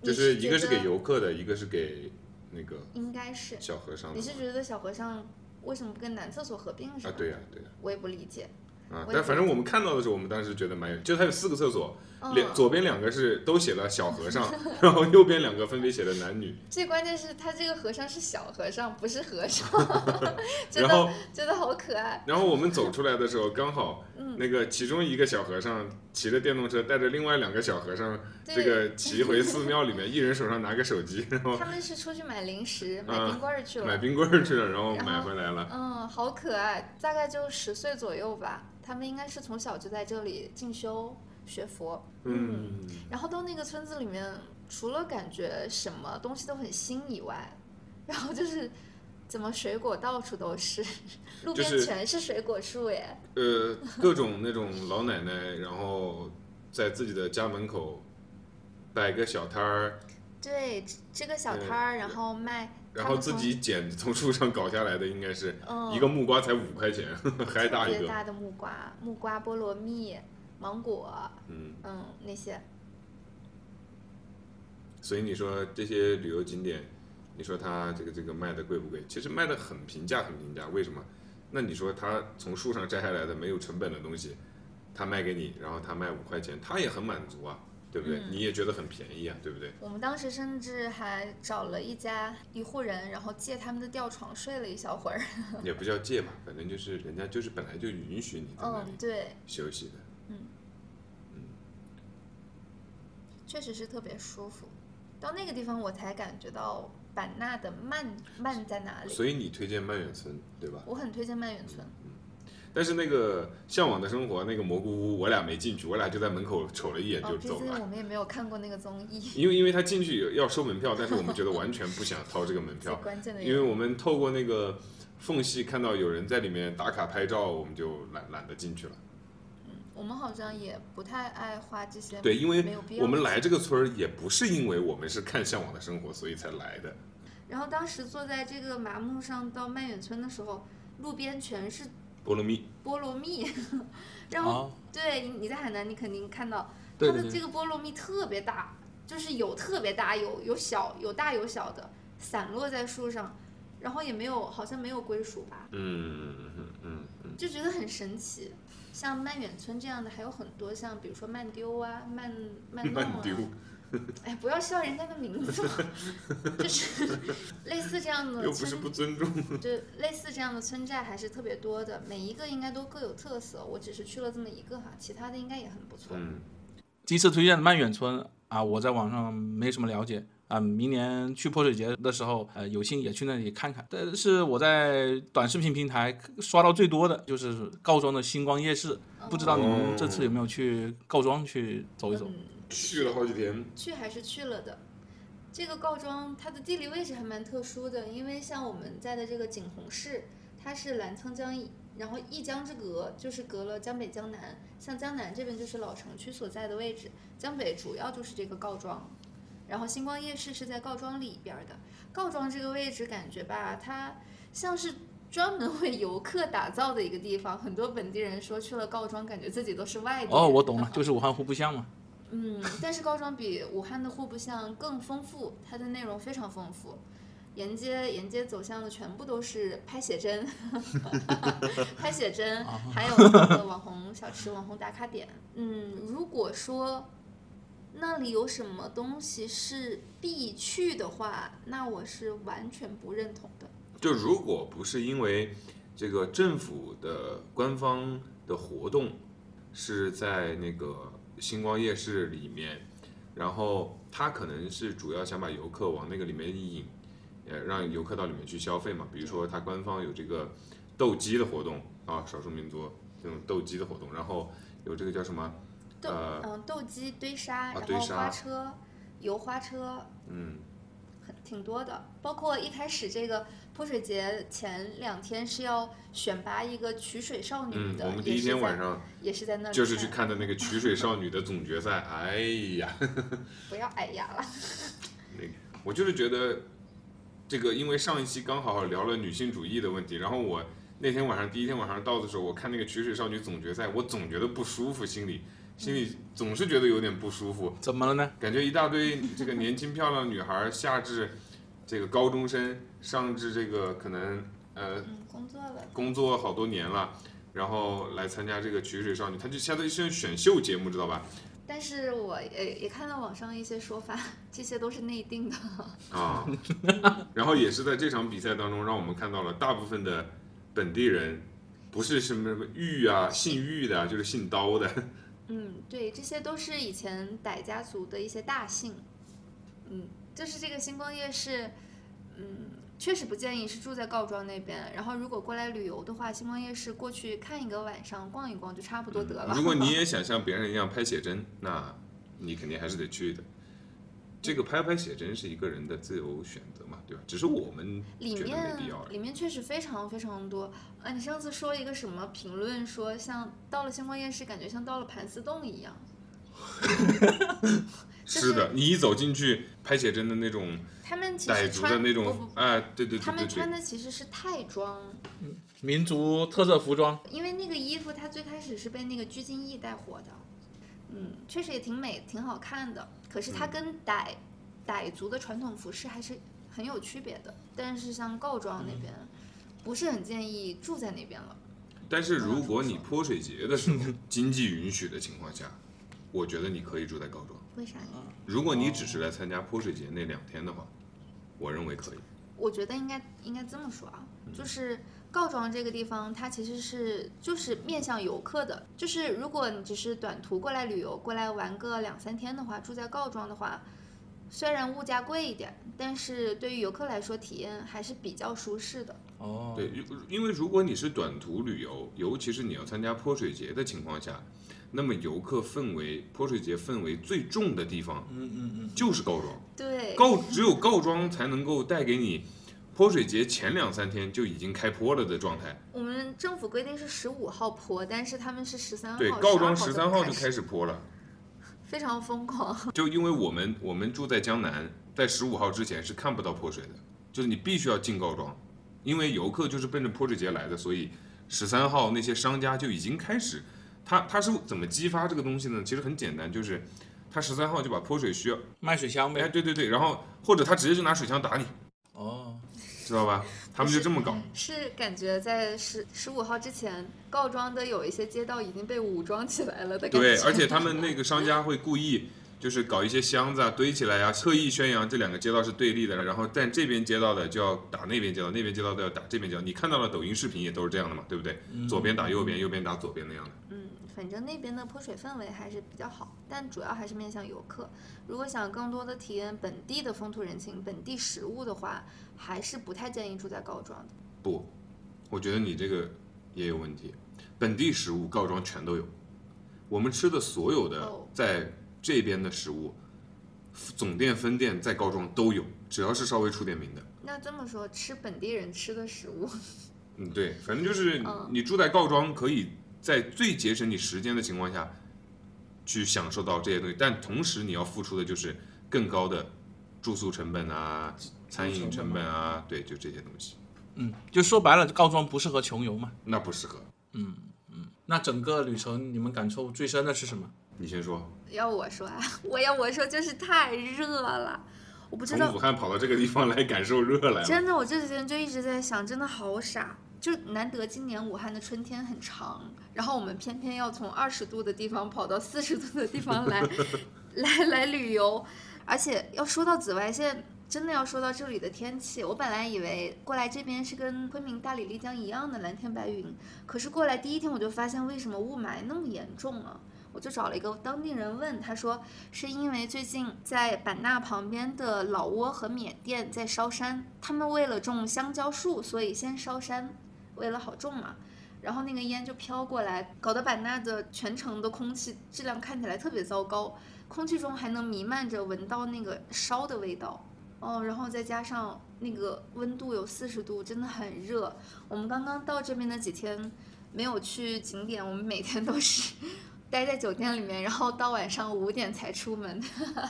Speaker 3: 你
Speaker 1: 就是一个
Speaker 3: 觉
Speaker 1: 是给
Speaker 3: 得
Speaker 1: 游客的，一个是给那个
Speaker 3: 应该是，
Speaker 1: 小和尚的
Speaker 3: 你是
Speaker 1: 嘛
Speaker 3: 觉得小和尚为什么不跟男厕所合并是
Speaker 1: 啊
Speaker 3: 吧？？
Speaker 1: 对呀、对呀、
Speaker 3: 我也不理解。
Speaker 1: 啊，
Speaker 3: 我也
Speaker 1: 但反正我们看到的时候，我们当时觉得蛮有，就它有四个厕所，
Speaker 3: 嗯，
Speaker 1: 两左边两个是都写了小和 尚，然后右边两个分别写了男女，
Speaker 3: 最关键是他这个和尚是小和尚，不是 和尚，真
Speaker 1: 然
Speaker 3: 的
Speaker 1: 后
Speaker 3: 觉得好可爱。
Speaker 1: 然后我们走出来的时候，刚好
Speaker 3: 嗯
Speaker 1: 那个其中一个小和尚骑着电动车，带着另外两个小和尚，
Speaker 3: 对
Speaker 1: 这个骑回寺庙里 面，一人手上拿个手机，然后
Speaker 3: 他们是出去买零食、
Speaker 1: 啊
Speaker 3: 买冰棍儿去了。
Speaker 1: 买冰棍儿去了，然后
Speaker 3: 然后
Speaker 1: 买回来了。
Speaker 3: 嗯，好可爱，大概就十岁左右吧。他们应该是从小就在这里进修学佛，
Speaker 1: 嗯，
Speaker 3: 然后到那个村子里面，除了感觉什么东西都很新以外，然后就是怎么水果到处都是，路边
Speaker 1: 就是
Speaker 3: 全是水果树耶。
Speaker 1: 呃，各种那种老奶奶，然后在自己的家门口摆个小摊儿，
Speaker 3: 对，这个小
Speaker 1: 对
Speaker 3: 摊儿，然后卖，
Speaker 1: 然后自己捡从树上搞下来的，应该是
Speaker 3: 嗯
Speaker 1: 一个木瓜才五块钱， 还大
Speaker 3: 特
Speaker 1: 一
Speaker 3: 别
Speaker 1: 个。
Speaker 3: 大的木瓜、木瓜、菠萝蜜、芒果，
Speaker 1: 嗯，
Speaker 3: 嗯，那些。
Speaker 1: 所以你说这些旅游景点，你说它这个这个卖的贵不贵？其实卖的很平价，很平价。为什么？那你说它从树上摘下来的没有成本的东西，它卖给你，然后它卖五块钱，它也很满足啊，对不对？
Speaker 3: 嗯
Speaker 1: 你也觉得很便宜啊，对不对？
Speaker 3: 我们当时甚至还找了一家一户人，然后借他们的吊床睡了一小会儿。
Speaker 1: 也不叫借吧，反正就是人家就是本来就允许你在那里
Speaker 3: 嗯，对，
Speaker 1: 休息的。
Speaker 3: 啊确实是特别舒服。到那个地方，我才感觉到版纳的慢慢在哪里。
Speaker 1: 所以你推荐曼远村，对吧？
Speaker 3: 我很推荐曼远村，
Speaker 1: 但是那个《向往的生活》那个蘑菇屋，我俩没进去，我俩就在门口瞅了一眼
Speaker 3: 哦，
Speaker 1: 就
Speaker 3: 毕
Speaker 1: 走
Speaker 3: 竟
Speaker 1: 了。
Speaker 3: 我们也没有看过那个综艺，
Speaker 1: 因为因为他进去有要收门票，但是我们觉得完全不想掏这个门
Speaker 3: 最
Speaker 1: 票，
Speaker 3: 关键的
Speaker 1: 因为
Speaker 3: 原因。
Speaker 1: 我们透过那个缝隙看到有人在里面打卡拍照，我们就懒懒得进去了。
Speaker 3: 我们好像也不太爱花这些。
Speaker 1: 对，因为
Speaker 3: 没有必要
Speaker 1: 我们来这个村儿也不是因为我们是看《向往的生活》所以才来的，
Speaker 3: 然后当时坐在这个麻木上到曼远村的时候，路边全是
Speaker 1: 菠萝蜜
Speaker 3: 菠萝蜜， 然后
Speaker 2: 啊，
Speaker 3: 对，你你在海南，你肯定看到
Speaker 2: 对
Speaker 3: 它
Speaker 2: 对
Speaker 3: 的
Speaker 2: 对，
Speaker 3: 这个菠萝蜜特别大，就是有特别大，有有小，有大有小的，散落在树上，然后也没有，好像没有归属吧，
Speaker 1: 嗯嗯嗯嗯，
Speaker 3: 就觉得很神奇。像曼远村这样的还有很多，像比如说曼丢啊、曼曼 弄
Speaker 1: 慢
Speaker 3: 啊，
Speaker 1: 丢。
Speaker 3: 哎，不要笑人家的名字，啊 就是 类似这样的
Speaker 1: 又不
Speaker 3: 村
Speaker 1: 是不尊重，
Speaker 3: 就类似这样的村寨还是特别多的，每一个应该都各有特色。我只是去了这么一个哈，其他的应该也很不错。
Speaker 1: 嗯，
Speaker 2: 第一次推荐的曼远村啊，我在网上没什么了解啊，明年去泼水节的时候，呃，有幸也去那里看看。但是我在短视频平台刷到最多的就是告庄的星光夜市，
Speaker 3: 嗯
Speaker 2: 不知道你们这
Speaker 1: 哦
Speaker 2: 次有没有去告庄去走一走？
Speaker 3: 嗯，
Speaker 1: 去了好几天，
Speaker 3: 去还是去了的。这个告庄它的地理位置还蛮特殊的，因为像我们在的这个景洪市，它是澜沧江以，然后一江之隔，就是隔了江北、江南。像江南这边就是老城区所在的位置，江北主要就是这个告庄，然后星光夜市是在告庄里边儿的。告庄这个位置感觉吧，它像是专门为游客打造的一个地方。很多本地人说去了告庄，感觉自己都是外地人。
Speaker 2: 哦，我 懂了，就是武汉户部巷嘛。
Speaker 3: 嗯，但是高庄比武汉的户部巷更丰富，它的内容非常丰富，沿街沿街走向的全部都是拍写真， 拍写真，还有那个网红小吃、网红打卡点。嗯，如果说那里有什么东西是必去的话，那我是完全不认同的。
Speaker 1: 就如果不是因为这个政府的官方的活动是在那个星光夜市里面，然后他可能是主要想把游客往那个里面引，呃，让游客到里面去消费嘛。比如说他官方有这个斗鸡的活动啊，少数民族这种斗鸡的活动，然后有这个叫什么
Speaker 3: 斗
Speaker 1: 呃
Speaker 3: 嗯，斗鸡堆沙，
Speaker 1: 啊
Speaker 3: 然
Speaker 1: 堆
Speaker 3: 后
Speaker 1: 沙
Speaker 3: 花车，油花车，
Speaker 1: 嗯，
Speaker 3: 很挺多的。包括一开始这个泼水节前两天是要选拔一个曲水少女
Speaker 1: 嗯，
Speaker 3: 的，
Speaker 1: 我们第一天晚上
Speaker 3: 也是在也是在那里
Speaker 1: 就是去
Speaker 3: 看
Speaker 1: 看的那个曲水少女的总决赛，哎呀，
Speaker 3: 不要哎呀了，
Speaker 1: 我就是觉得这个，因为上一期刚好聊了女性主义的问题，然后我那天晚上第一天晚上到的时候，我看那个曲水少女总决赛，我总觉得不舒服，心里心里总是觉得有点不舒服，
Speaker 2: 怎么了呢？
Speaker 1: 感觉一大堆这个年轻漂亮的女孩，下至这个高中生，上至这个可能呃
Speaker 3: 嗯，工作了，
Speaker 1: 工作好多年了。然后来参加这个曲水少女，她就相当于是选秀节目，知道吧？
Speaker 3: 但是我也也看到网上一些说法，这些都是内定的。
Speaker 1: 啊， 然后也是在这场比赛当中，让我们看到了大部分的本地人，不是什么什么玉啊，姓玉的啊，就是姓刀的，
Speaker 3: 嗯，对，这些都是以前傣家族的一些大姓。嗯，就是这个星光夜市，嗯，确实不建议是住在告庄那边。然后如果过来旅游的话，星光夜市过去看一个晚上，逛一逛就差不多得了。
Speaker 1: 嗯如果你也想像别人一样拍写真，那你肯定还是得去的。这个拍拍写真是一个人的自由选择嘛，对吧？只是我们
Speaker 3: 里
Speaker 1: 觉得没
Speaker 3: 面
Speaker 1: 必要而已。
Speaker 3: 里面确实非常非常多。啊，你上次说一个什么评论说像到了星光夜市，感觉像到了盘丝洞一样。
Speaker 1: 是的，你一走进去拍写真的那种
Speaker 3: 他们其
Speaker 1: 傣
Speaker 3: 实
Speaker 1: 族
Speaker 3: 穿
Speaker 1: 的那
Speaker 3: 不不
Speaker 1: 种
Speaker 3: 不，
Speaker 1: 哎，对对
Speaker 3: 他
Speaker 1: 对对
Speaker 3: 们穿
Speaker 1: 对，
Speaker 3: 的其实是泰装，
Speaker 2: 民族特色服装，
Speaker 3: 因为那个衣服它最开始是被那个鞠婧祎带火的，嗯，确实也挺美，挺好看的。可是它跟傣、傣族的传统服饰还是很有区别的。但是像告庄那边，不是很建议住在那边了。
Speaker 1: 但是如果你泼水节的时候经济允许的情况下，我觉得你可以住在高庄。
Speaker 3: 为啥呢？
Speaker 1: 如果你只是来参加泼水节那两天的话，我认为可以。
Speaker 3: 我觉得应该应该这么说啊，就是告庄这个地方，它其实是就是面向游客的，就是如果你只是短途过来旅游，过来玩个两三天的话，住在告庄的话，虽然物价贵一点，但是对于游客来说，体验还是比较舒适的。
Speaker 2: 哦，
Speaker 1: 对，如因为如果你是短途旅游，尤其是你要参加泼水节的情况下，那么游客氛围、泼水节氛围最重的地方
Speaker 2: 嗯嗯嗯，
Speaker 1: 就是告庄。
Speaker 3: 对，
Speaker 1: 告只有告庄才能够带给你泼水节前两三天就已经开泼了的状态。
Speaker 3: 我们政府规定是十五号泼，但是他们是十三号，
Speaker 1: 对，告庄十
Speaker 3: 12
Speaker 1: 三号就
Speaker 3: 开
Speaker 1: 开，始泼了。
Speaker 3: 非常疯狂。
Speaker 1: 就因为我们我们住在江南，在十五号之前是看不到泼水的，就是你必须要进告庄，因为游客就是奔着泼水节来的，所以十三号那些商家就已经开始，他他是怎么激发这个东西呢？其实很简单，就是他十三号就把泼水需要，
Speaker 2: 卖水枪
Speaker 1: 哎，
Speaker 2: 呗。
Speaker 1: 对对对，然后或者他直接就拿水枪打你，
Speaker 2: 哦，
Speaker 1: 知道吧？他们就这么搞。
Speaker 3: 是感觉在十十五号之前，告庄的有一些街道已经被武装起来了的感觉。
Speaker 1: 对，而且他们那个商家会故意就是搞一些箱子啊堆起来呀、特意宣扬这两个街道是对立的，然后但这边街道的就要打那边街道，那边街道的要打这边街道。你看到了抖音视频也都是这样的嘛，对不对？左边打右边，右边打左边那样的。
Speaker 3: 嗯，反正那边的泼水氛围还是比较好，但主要还是面向游客。如果想更多的体验本地的风土人情、本地食物的话，还是不太建议住在告庄的。
Speaker 1: 不，我觉得你这个也有问题。本地食物告庄全都有，我们吃的所有的
Speaker 3: 哦
Speaker 1: 在这边的食物，总店分店在告庄都有，只要是稍微出点名的。
Speaker 3: 那这么说，吃本地人吃的食物，
Speaker 1: 嗯，对，反正就是你
Speaker 3: 嗯
Speaker 1: 你住在告庄，可以在最节省你时间的情况下，去享受到这些东西，但同时你要付出的就是更高的住宿成本啊、餐饮成本啊，对，就这些东西，
Speaker 2: 嗯，就说白了，告庄不适合穷游嘛。
Speaker 1: 那不适合。
Speaker 2: 那整个旅程你们感受最深的是什么？
Speaker 1: 你先说，
Speaker 3: 要我说啊，我要我说就是太热了，我不知
Speaker 1: 从
Speaker 3: 道
Speaker 1: 武汉跑到这个地方来感受热来了，
Speaker 3: 真的，我这几天就一直在想，真的好傻。就难得今年武汉的春天很长，然后我们偏偏要从二十度的地方跑到四十度的地方 来，来来旅游，而且要说到紫外线，真的要说到这里的天气。我本来以为过来这边是跟昆明、大理、丽江一样的蓝天白云，可是过来第一天我就发现为什么雾霾那么严重了、我就找了一个当地人问，他说是因为最近在版纳旁边的老挝和缅甸在烧山，他们为了种香蕉树，所以先烧山，为了好种嘛。然后那个烟就飘过来，搞得版纳的全城的空气质量看起来特别糟糕。
Speaker 4: 空气中还能弥漫着闻到那个烧的味道。哦，然后再加上那个温度有四十度，真的很热。我们刚刚到这边的几天没有去景点，我们每天都是待在酒店里面，然后到晚上五点才出门。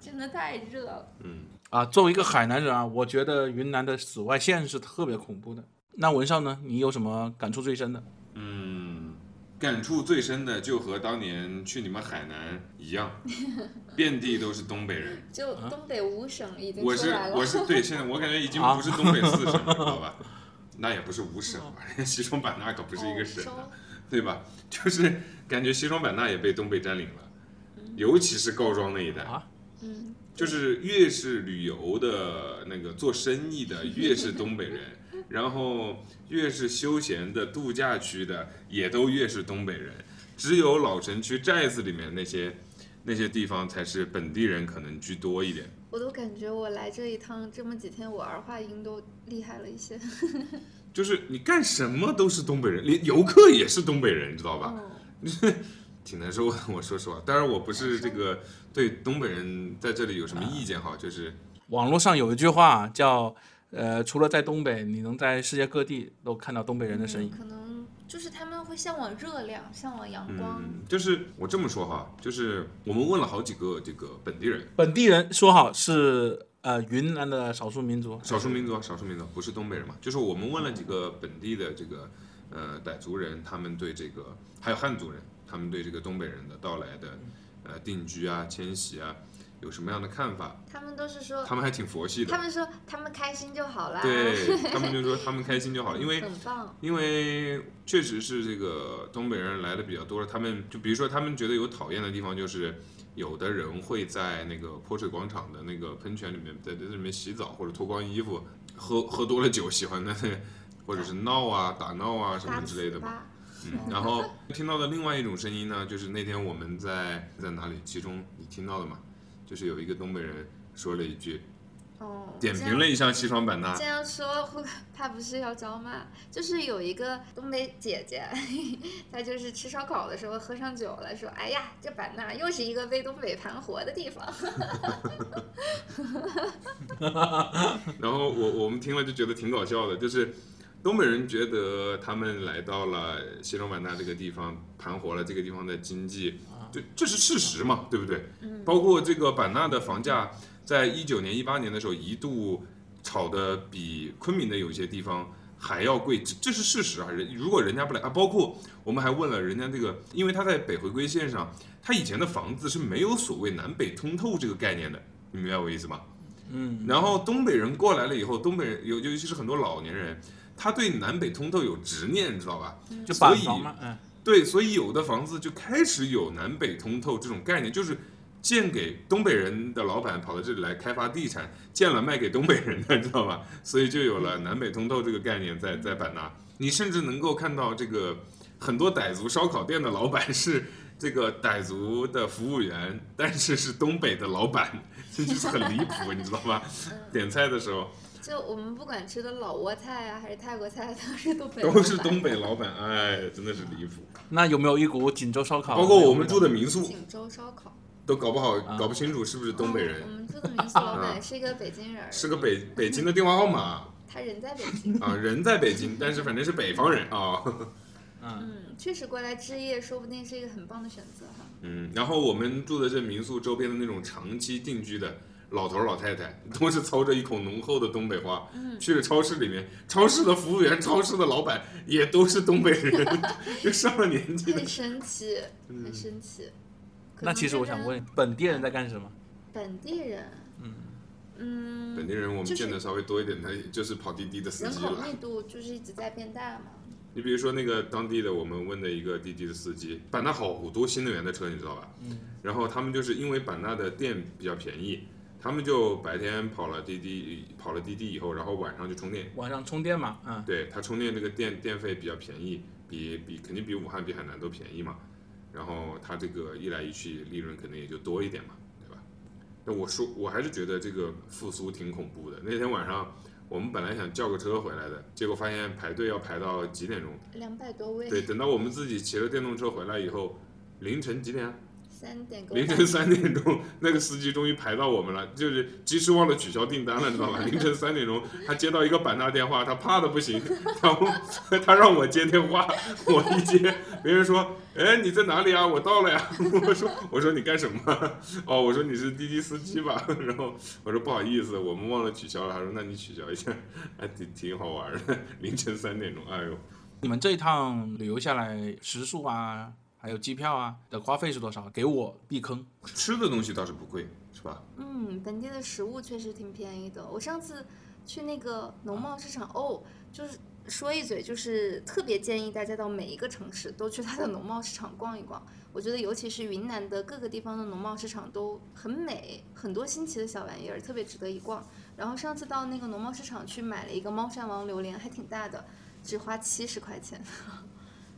Speaker 3: 真的太热了。
Speaker 1: 嗯，
Speaker 2: 啊，作为一个海南人啊，我觉得云南的紫外线是特别恐怖的。那文少呢？你有什么感触最深的？
Speaker 1: 嗯，感触最深的就和当年去你们海南一 样，遍地都是东北人。
Speaker 3: 就东北五省已经
Speaker 1: 啊我
Speaker 3: 出
Speaker 1: 是
Speaker 3: 来了，
Speaker 1: 我是对，现在我感觉已经
Speaker 2: 啊
Speaker 1: 不是东北四省 了，好吧？那也不是五省吧，人家 西双版纳可不是一个省啊
Speaker 3: 哦、
Speaker 1: 对吧？就是感觉西双版纳也被东北占领了，
Speaker 3: 嗯
Speaker 1: 尤其是告庄那一带
Speaker 2: 啊，
Speaker 3: 收嗯，
Speaker 1: 就是越是旅游的那个做生意的，越是东 北人，然后越是休闲的度假区的，也都越是东北人。只有老城区寨子里面那些那些地方才是本地人可能居多一点。
Speaker 4: 我都感觉我来这一趟，这么几天我儿化音都厉害了一些。
Speaker 1: 就是你干什么都是东北人，连游客也是东北人，知道吧？
Speaker 4: 嗯，
Speaker 1: 挺难受的，我说实话。当然，我不是这个对东北人在这里有什么意见
Speaker 4: 啊
Speaker 1: 哈，就是
Speaker 2: 网络上有一句话啊叫，呃，除了在东北，你能在世界各地都看到东北人的
Speaker 4: 嗯
Speaker 2: 身影。
Speaker 3: 可能就是他们会向往热量，向往阳光。
Speaker 1: 嗯，就是我这么说哈，就是我们问了好几个这个本地人，
Speaker 2: 本地人说好是呃云南的少数民族，啊
Speaker 1: 少数民族，啊少数民族不是东北人嘛，就是我们问了几个本地的这个呃傣族人，他们对这个还有汉族人，他们对这个东北人的到来的
Speaker 4: 嗯
Speaker 1: 呃定居啊、迁徙啊有什么样的看法？
Speaker 4: 他们都是说，
Speaker 1: 他们还挺佛系
Speaker 4: 呃他
Speaker 1: 的，
Speaker 4: 们啊说他们开心就好啦，
Speaker 1: 对他们就说他们开心就好了，因为
Speaker 4: 很棒。
Speaker 1: 因为确实是这个东北人来的比较多了，他们就比如说他们觉得有讨厌的地方，就是有的人会在那个泼水广场的那个喷泉里面，在在里面洗澡或者脱光衣服，喝喝多了酒，喜欢的或者是闹啊、打闹啊什么之类的嘛。
Speaker 4: 吧？
Speaker 1: 嗯，然后听到的另外一种声音呢，就是那天我们在在哪里，其中你听到的嘛，就是有一个东北人说了一句，
Speaker 4: 哦，
Speaker 1: 点
Speaker 4: 这
Speaker 1: 评
Speaker 4: 样
Speaker 1: 了一下西双版纳
Speaker 4: 这，样说会怕不是要招骂，就是有一个东北姐姐， 她就是吃烧烤的时候喝上酒了，说：“哎呀，这版纳又是一个被东北盘活的地方。
Speaker 1: 然后我我们听了就觉得挺搞笑的，就是东北人觉得他们来到了西双版纳这个地方，盘活了这个地方的经济，这这是事实嘛，对不对？包括这个版纳的房价，在一九年、一八年的时候一度炒的比昆明的有些地方。还要贵，这这是事实啊！人如果人家不来啊，包括我们还问了人家这个，因为他在北回归线上，他以前的房子是没有所谓南北通透这个概念的，你明白我意思吗？
Speaker 2: 嗯，
Speaker 1: 然后东北人过来了以后，东北人尤尤其是很多老年人，他对南北通透有执念，你知道吧？
Speaker 2: 就
Speaker 1: 所
Speaker 2: 板
Speaker 1: 以
Speaker 2: 房嘛，嗯，
Speaker 1: 对，所以有的房子就开始有南北通透这种概念，就是建给东北人的老板跑到这里来开发地产，建了卖给东北人的，知道吧？所以就有了南北通透这个概念在在版纳。你甚至能够看到这个很多傣族烧烤店的老板是这个傣族的服务员，但是是东北的老板， 这就是很离谱，你知道吧？点菜的时候。”
Speaker 4: 就我们不管吃的老挝菜啊，还是泰国菜，都是东北。
Speaker 1: 都是东北老板，哎，真的是离谱。
Speaker 2: 那有没有一股锦州烧烤？
Speaker 1: 包括我们住的民宿，
Speaker 4: 锦州烧烤，嗯
Speaker 1: 都搞不好
Speaker 2: 啊
Speaker 1: 搞不清楚是不是东北
Speaker 4: 我
Speaker 1: 人，
Speaker 4: 们住的民宿老
Speaker 1: 啊
Speaker 4: 板是一个北京人儿，
Speaker 1: 是个北北京的电话号码
Speaker 4: 他人在北 京，
Speaker 1: 啊，人在北京，但是反正是北方人啊。
Speaker 2: 嗯，
Speaker 4: 嗯，确实过来置业，说不定是一个很棒的选择哈。
Speaker 1: 嗯，然后我们住的这民宿周边的那种长期定居的老头儿老太太，都是操着一口浓厚的东北话，去了超市里面，超市的服务员、超市的老板也都是东北人， 就上了年纪的
Speaker 4: 很神奇，
Speaker 1: 嗯
Speaker 4: 很神奇。可
Speaker 2: 那
Speaker 4: 能
Speaker 2: 其实
Speaker 4: 这
Speaker 2: 我想
Speaker 4: 边
Speaker 2: 问，本地人在干什么？
Speaker 4: 本地人，嗯
Speaker 1: 本地人，我们
Speaker 4: 就是
Speaker 1: 见的稍微多一点，他就是跑滴滴的司
Speaker 4: 人
Speaker 1: 机
Speaker 4: 口
Speaker 1: 了。
Speaker 4: 密度就是一直在变大嘛。
Speaker 1: 你比如说那个当地的，我们问的一个滴滴的司机，版纳好多新能源的车，你知道吧？嗯。然后他们就是因为版纳的电比较便宜，他们就白天跑了滴滴，跑了滴滴以后，然后晚上就充电。
Speaker 2: 晚上充电嘛，嗯，
Speaker 1: 对他充电这个电电费比较便宜，比比肯定比武汉、比海南都便宜嘛。然后他这个一来一去，利润肯定也就多一点嘛，对吧？那我说我还是觉得这个复苏挺恐怖的。那天晚上我们本来想叫个车回来的，结果发现排队要排到几点钟？
Speaker 4: 两百多位，
Speaker 1: 对，等到我们自己骑了电动车回来以后，凌晨几点啊？
Speaker 6: 三点给我
Speaker 1: 凌晨三点钟，那个司机终于排到我们了，就是及时忘了取消订单了，你知道吧？凌晨三点钟，他接到一个版纳电话，他怕的不行，然后他让我接电话，我一接，别人说：“哎，你在哪里啊？我到了呀。” 我说：“我说你干什么？”哦，我说你是滴滴司机吧？ 然后我说不好意思，我们忘了取消了。他说：“那你取消一下。”还挺挺好玩的，凌晨三点钟，哎呦，
Speaker 2: 你们这一趟旅游下来，食宿啊，还有机票啊的花费是多少？给我避坑。
Speaker 1: 吃的东西倒是不贵，是吧？
Speaker 3: 嗯，本地的食物确实挺便宜的。我上次去那个农贸市场哦，就是说一嘴，就是特别建议大家到每一个城市都去它的农贸市场逛一逛。我觉得尤其是云南的各个地方的农贸市场都很美，很多新奇的小玩意儿，特别值得一逛。然后上次到那个农贸市场去买了一个猫山王榴莲，还挺大的，只花七十块钱，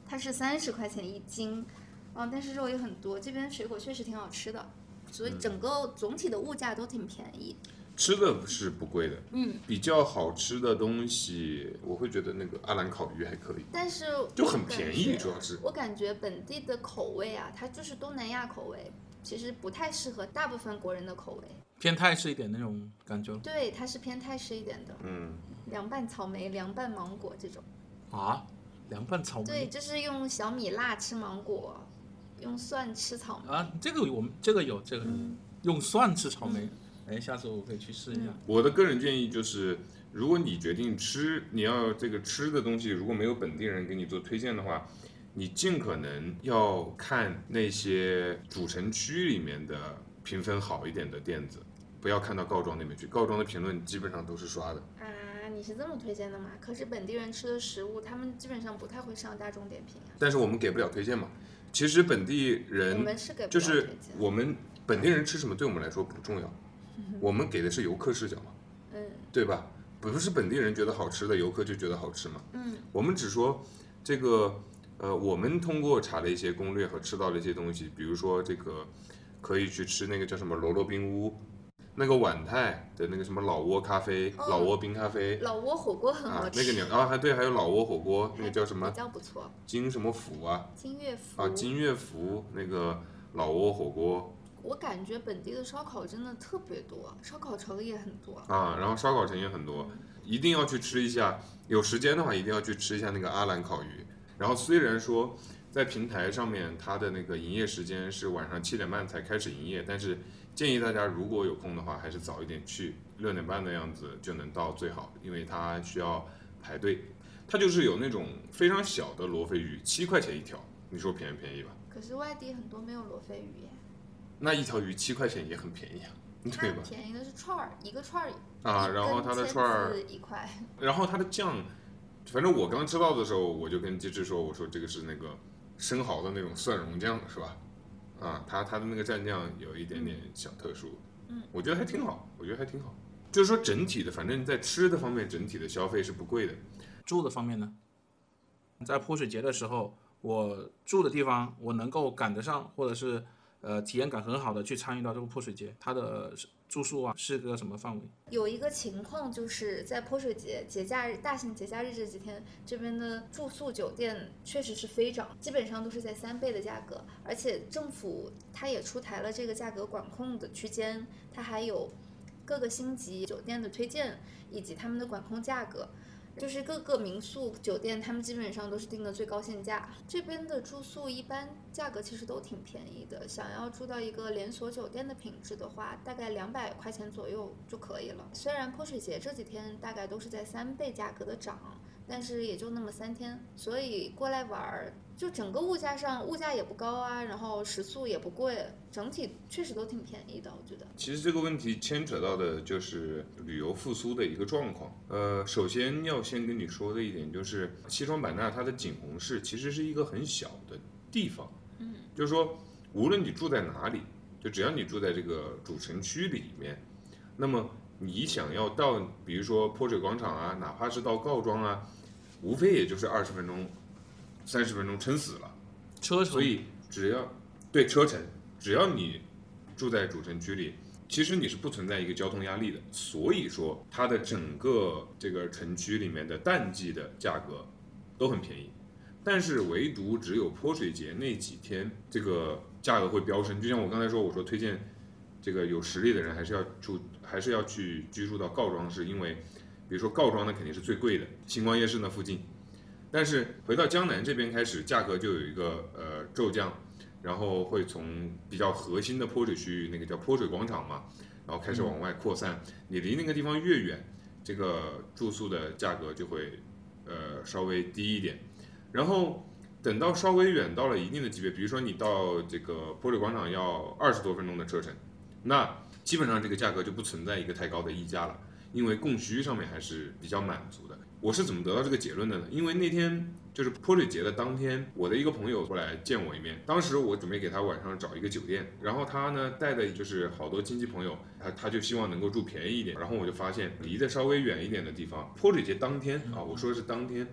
Speaker 3: 它是三十块钱一斤，啊，但是肉也很多。这边水果确实挺好吃的。所
Speaker 1: 嗯
Speaker 3: 以整个总体的物价都挺便宜。
Speaker 1: 吃的是不贵的，
Speaker 3: 嗯，
Speaker 1: 比较好吃的东西，我会觉得那个阿兰烤鱼还可以，
Speaker 3: 但是
Speaker 1: 就
Speaker 3: 我
Speaker 1: 很
Speaker 3: 感
Speaker 1: 便宜，
Speaker 3: 觉
Speaker 1: 主要是
Speaker 3: 我感觉本地的口味啊，它就是东南亚口味，其实不太适合大部分国人的口味。
Speaker 2: 偏泰式一点那种感觉
Speaker 3: 对，它是偏泰式一点的，
Speaker 1: 嗯，
Speaker 3: 凉拌草莓、凉拌芒果这种。
Speaker 2: 啊，凉拌草
Speaker 3: 对，
Speaker 2: 莓
Speaker 3: 就是用小米辣吃芒果，用蒜吃草莓。
Speaker 2: 啊，这个我们这个有这个有
Speaker 3: 嗯
Speaker 2: 用蒜吃草莓，哎，下次我可以去试一下。
Speaker 1: 我的个人建议就是，如果你决定吃，你要这个吃的东西，如果没有本地人给你做推荐的话，你尽可能要看那些主城区里面的评分好一点的店子，不要看到告庄那边去，告庄的评论基本上都是刷的。
Speaker 3: 啊，你是这么推荐的吗？可是本地人吃的食物，他们基本上不太会上大众点评啊。
Speaker 1: 但是我们给不了推荐嘛。其实本地
Speaker 3: 我
Speaker 1: 人
Speaker 3: 们是给不
Speaker 1: 就
Speaker 3: 了
Speaker 1: 是
Speaker 3: 推荐
Speaker 1: 我们本地人吃什么，对我们来说不重 要，我们给的是游客视角嘛，
Speaker 3: 嗯
Speaker 1: 对吧？不是本地人觉得好吃的，游客就觉得好吃嘛。
Speaker 3: 嗯
Speaker 1: 我们只说这个，呃，我们通过查了一些攻略和吃到了一些东西，比如说这个可以去吃那个叫什么罗罗冰屋，那个皖泰的那个什么老挝咖啡、
Speaker 3: 哦
Speaker 1: 老挝冰咖啡
Speaker 3: 老挝火锅很好
Speaker 1: 啊，
Speaker 3: 吃。
Speaker 1: 那个鸟啊，还对，还有老挝火锅，那个叫什么
Speaker 3: 比较不错，
Speaker 1: 金什么府啊，
Speaker 3: 金乐福
Speaker 1: 啊，金乐福那个老挝火锅
Speaker 3: 我感觉本地的烧烤真的特别多，烧烤城也很多。
Speaker 1: 啊，然后烧烤城也很多，一定要去吃一下。有时间的话，一定要去吃一下那个阿兰烤鱼。然后虽然说在平台上面它的那个营业时间是晚上七点半才开始营业，但是建议大家如果有空的话，还是早一点去，六点半的样子就能到最好，因为它需要排队。它就是有那种非常小的罗非鱼，七块钱一条，你说便宜不便宜吧？
Speaker 3: 可是外地很多没有罗非鱼耶，
Speaker 1: 那一条鱼七块钱也很便宜啊， 对吧
Speaker 3: 它？便宜的是串儿，一个串儿
Speaker 1: 啊，然后它的串儿，
Speaker 3: 一块，
Speaker 1: 然后它的酱，反正我刚知道的时候，我就跟机智说，我说这个是那个生蚝的那种蒜蓉酱，是吧？啊，它它的那个蘸酱有一点点小特殊，
Speaker 3: 嗯，
Speaker 1: 我觉得还挺好，我觉得还挺好。就是说整体的，反正在吃的方面，整体的消费是不贵的。
Speaker 2: 住的方面呢，在泼水节的时候，我住的地方我能够赶得上，或者是呃体验感很好的去参与到这个泼水节，它的住宿啊是个什么范围？
Speaker 3: 有一个情况就是在泼水节节假日、大型节假日这几天，这边的住宿酒店确实是飞涨，基本上都是在三倍的价格，而且政府它也出台了这个价格管控的区间，它还有各个星级酒店的推荐以及他们的管控价格。就是各个民宿、酒店，他们基本上都是定的最高限价。这边的住宿一般价格其实都挺便宜的，想要住到一个连锁酒店的品质的话，大概两百块钱左右就可以了。虽然泼水节这几天大概都是在三倍价格的涨，但是也就那么三天，所以过来玩儿，就整个物价上物价也不高啊，然后食宿也不贵，整体确实都挺便宜的，我觉得。
Speaker 1: 其实这个问题牵扯到的就是旅游复苏的一个状况。呃，首先要先跟你说的一点就是，西双版纳它的景洪市其实是一个很小的地方，嗯，就是说无论你住在哪里，就只要你住在这个主城区里面，那么你想要到，比如说泼水广场啊，哪怕是到告庄啊，无非也就是二十分钟、三十分钟，撑死了。
Speaker 2: 车
Speaker 1: 所
Speaker 2: 程
Speaker 1: 以只要对车程，只要你住在主城区里，其实你是不存在一个交通压力的。所以说，它的整个这个城区里面的淡季的价格都很便宜，但是唯独只有泼水节那几天，这个价格会飙升。就像我刚才说，我说推荐这个有实力的人还是要住，还是要去居住到告庄市，因为比如说告庄那肯定是最贵的，星光夜市那附近。但是回到江南这边开始，价格就有一个呃骤降，然后会从比较核心的泼水区域，那个叫泼水广场嘛，然后开始往外扩散。你离那个地方越远，这个住宿的价格就会呃稍微低一点。然后等到稍微远到了一定的级别，比如说你到这个泼水广场要二十多分钟的车程，那基本上这个价格就不存在一个太高的溢价了，因为供需上面还是比较满足的。我是怎么得到这个结论的呢？因为那天就是泼水节的当天，我的一个朋友过来见我一面。当时我准备给他晚上找一个酒店，然后他呢带的就是好多亲戚朋友，他他就希望能够住便宜一点。然后我就发现离得稍微远一点的地方，泼水节当天啊，我说的是当天，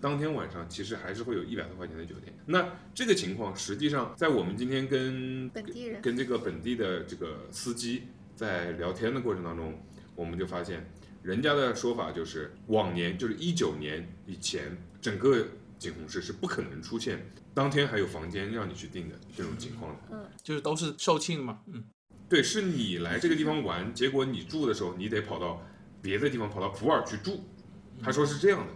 Speaker 1: 当天晚上其实还是会有一百多块钱的酒店。那这个情况实际上在我们今天跟
Speaker 7: 本地人
Speaker 1: 跟这个本地的这个司机在聊天的过程当中，我们就发现人家的说法就是，往年就是一九年以前，整个景洪市是不可能出现当天还有房间让你去订的这种情况的。
Speaker 2: 就是都是售罄嘛，嗯，
Speaker 1: 对，是你来这个地方玩，结果你住的时候你得跑到别的地方，跑到普洱去住。他说是这样的，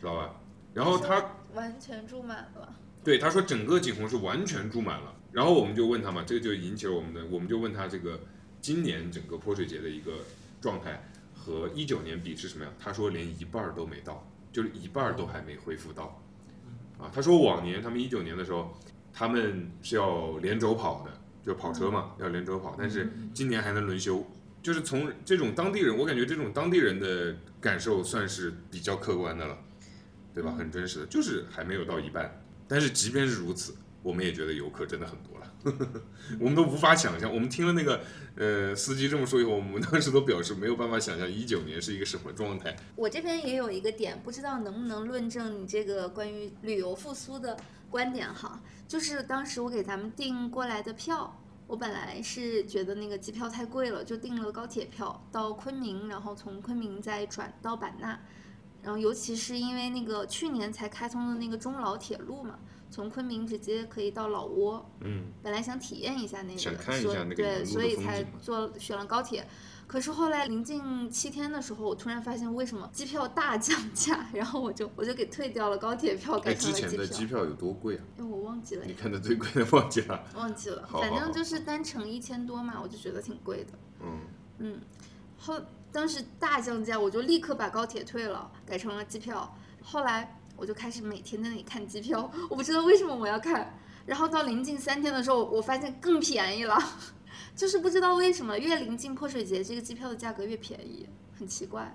Speaker 1: 知道吧？然后他
Speaker 7: 完全住满了，
Speaker 1: 对，他说整个景洪是完全住满了。然后我们就问他嘛，这个就引起了我们的，我们就问他这个今年整个泼水节的一个状态和一九年比是什么样？他说连一半儿都没到，就是一半儿都还没恢复到。啊，他说往年他们一九年的时候，他们是要连轴跑的，就跑车嘛，要连轴跑，但是今年还能轮休。就是从这种当地人，我感觉这种当地人的感受算是比较客观的了，对吧？很真实的，就是还没有到一半。但是即便是如此，我们也觉得游客真的很多了， 我们都无法想象。我们听了那个呃司机这么说以后，我们当时都表示没有办法想象一九年是一个什么状态。
Speaker 3: 我这边也有一个点，不知道能不能论证你这个关于旅游复苏的观点哈。就是当时我给咱们订过来的票，我本来是觉得那个机票太贵了，就订了高铁票到昆明，然后从昆明再转到版纳。然后尤其是因为那个去年才开通的那个中老铁路嘛，从昆明直接可以到老挝，
Speaker 1: 嗯，
Speaker 3: 本来想体验一下那个，
Speaker 1: 想看一
Speaker 3: 所
Speaker 1: 下那个沿
Speaker 3: 对，
Speaker 1: 路
Speaker 3: 所
Speaker 1: 的
Speaker 3: 以
Speaker 1: 风
Speaker 3: 才
Speaker 1: 景嘛
Speaker 3: 坐选了高铁。可是后来临近七天的时候，我突然发现为什么机票大降价，然后我就我就给退掉了高铁票，
Speaker 1: 哎，
Speaker 3: 改成
Speaker 1: 之
Speaker 3: 了
Speaker 1: 前的
Speaker 3: 机
Speaker 1: 机
Speaker 3: 票。
Speaker 1: 票有多贵啊？
Speaker 3: 哎，我忘记了
Speaker 1: 你
Speaker 3: 呀，
Speaker 1: 看的最贵的忘记了，
Speaker 3: 忘记了，
Speaker 1: 好
Speaker 3: 反
Speaker 1: 好好
Speaker 3: 正就是单程一千多嘛，我就觉得挺贵的。
Speaker 1: 嗯，
Speaker 3: 嗯，后当时大降价，我就立刻把高铁退了，改成了机票。后来我就开始每天在那里看机票，我不知道为什么我要看。然后到临近三天的时候，我发现更便宜了， 就是不知道为什么越临近泼水节，这个机票的价格越便宜，很奇怪。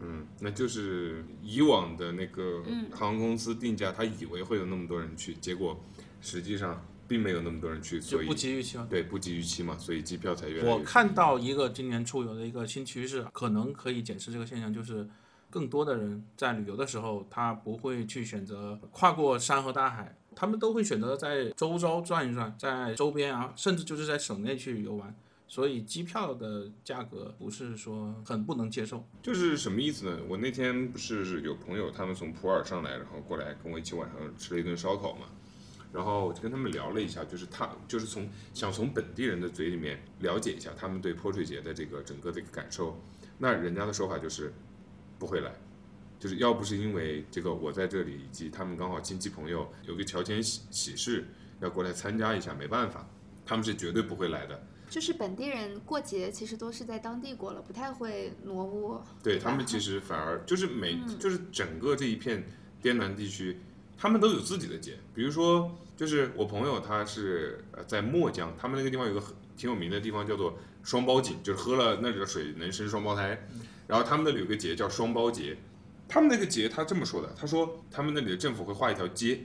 Speaker 1: 嗯，那就是以往的那个
Speaker 3: 嗯
Speaker 1: 航空公司定价，他以为会有那么多人去，结果实际上并没有那么多人去，
Speaker 2: 就
Speaker 1: 所以
Speaker 2: 不及预期嘛。
Speaker 1: 对不及预期嘛，所以机票才越来越
Speaker 2: 我看到一个今年出游的一个新趋势，可能可以解释这个现象，就是更多的人在旅游的时候，他不会去选择跨过山和大海，他们都会选择在周遭转一转，在周边啊，甚至就是在省内去游玩。所以机票的价格不是说很不能接受，
Speaker 1: 就是什么意思呢？我那天不是有朋友他们从普洱上来，然后过来跟我一起晚上吃了一顿烧烤嘛，然后我就跟他们聊了一下，就是他就是从想从本地人的嘴里面了解一下他们对泼水节的这个整个的一个感受。那人家的说法就是不会来，就是要不是因为这个我在这里，以及他们刚好亲戚朋友有个乔迁喜喜事要过来参加一下，没办法，他们是绝对不会来的。
Speaker 3: 就是本地人过节其实都是在当地过了，不太会挪窝。
Speaker 1: 对嗯他们其实反而就是每、就是整个这一片滇南地区，他们都有自己的节。比如说，就是我朋友他是呃在墨江，他们那个地方有个很挺有名的地方叫做双胞井，就是喝了那里的水能生双胞胎。然后他们那里有个节叫双胞节，他们那个节他这么说的，他说他们那里的政府会划一条街，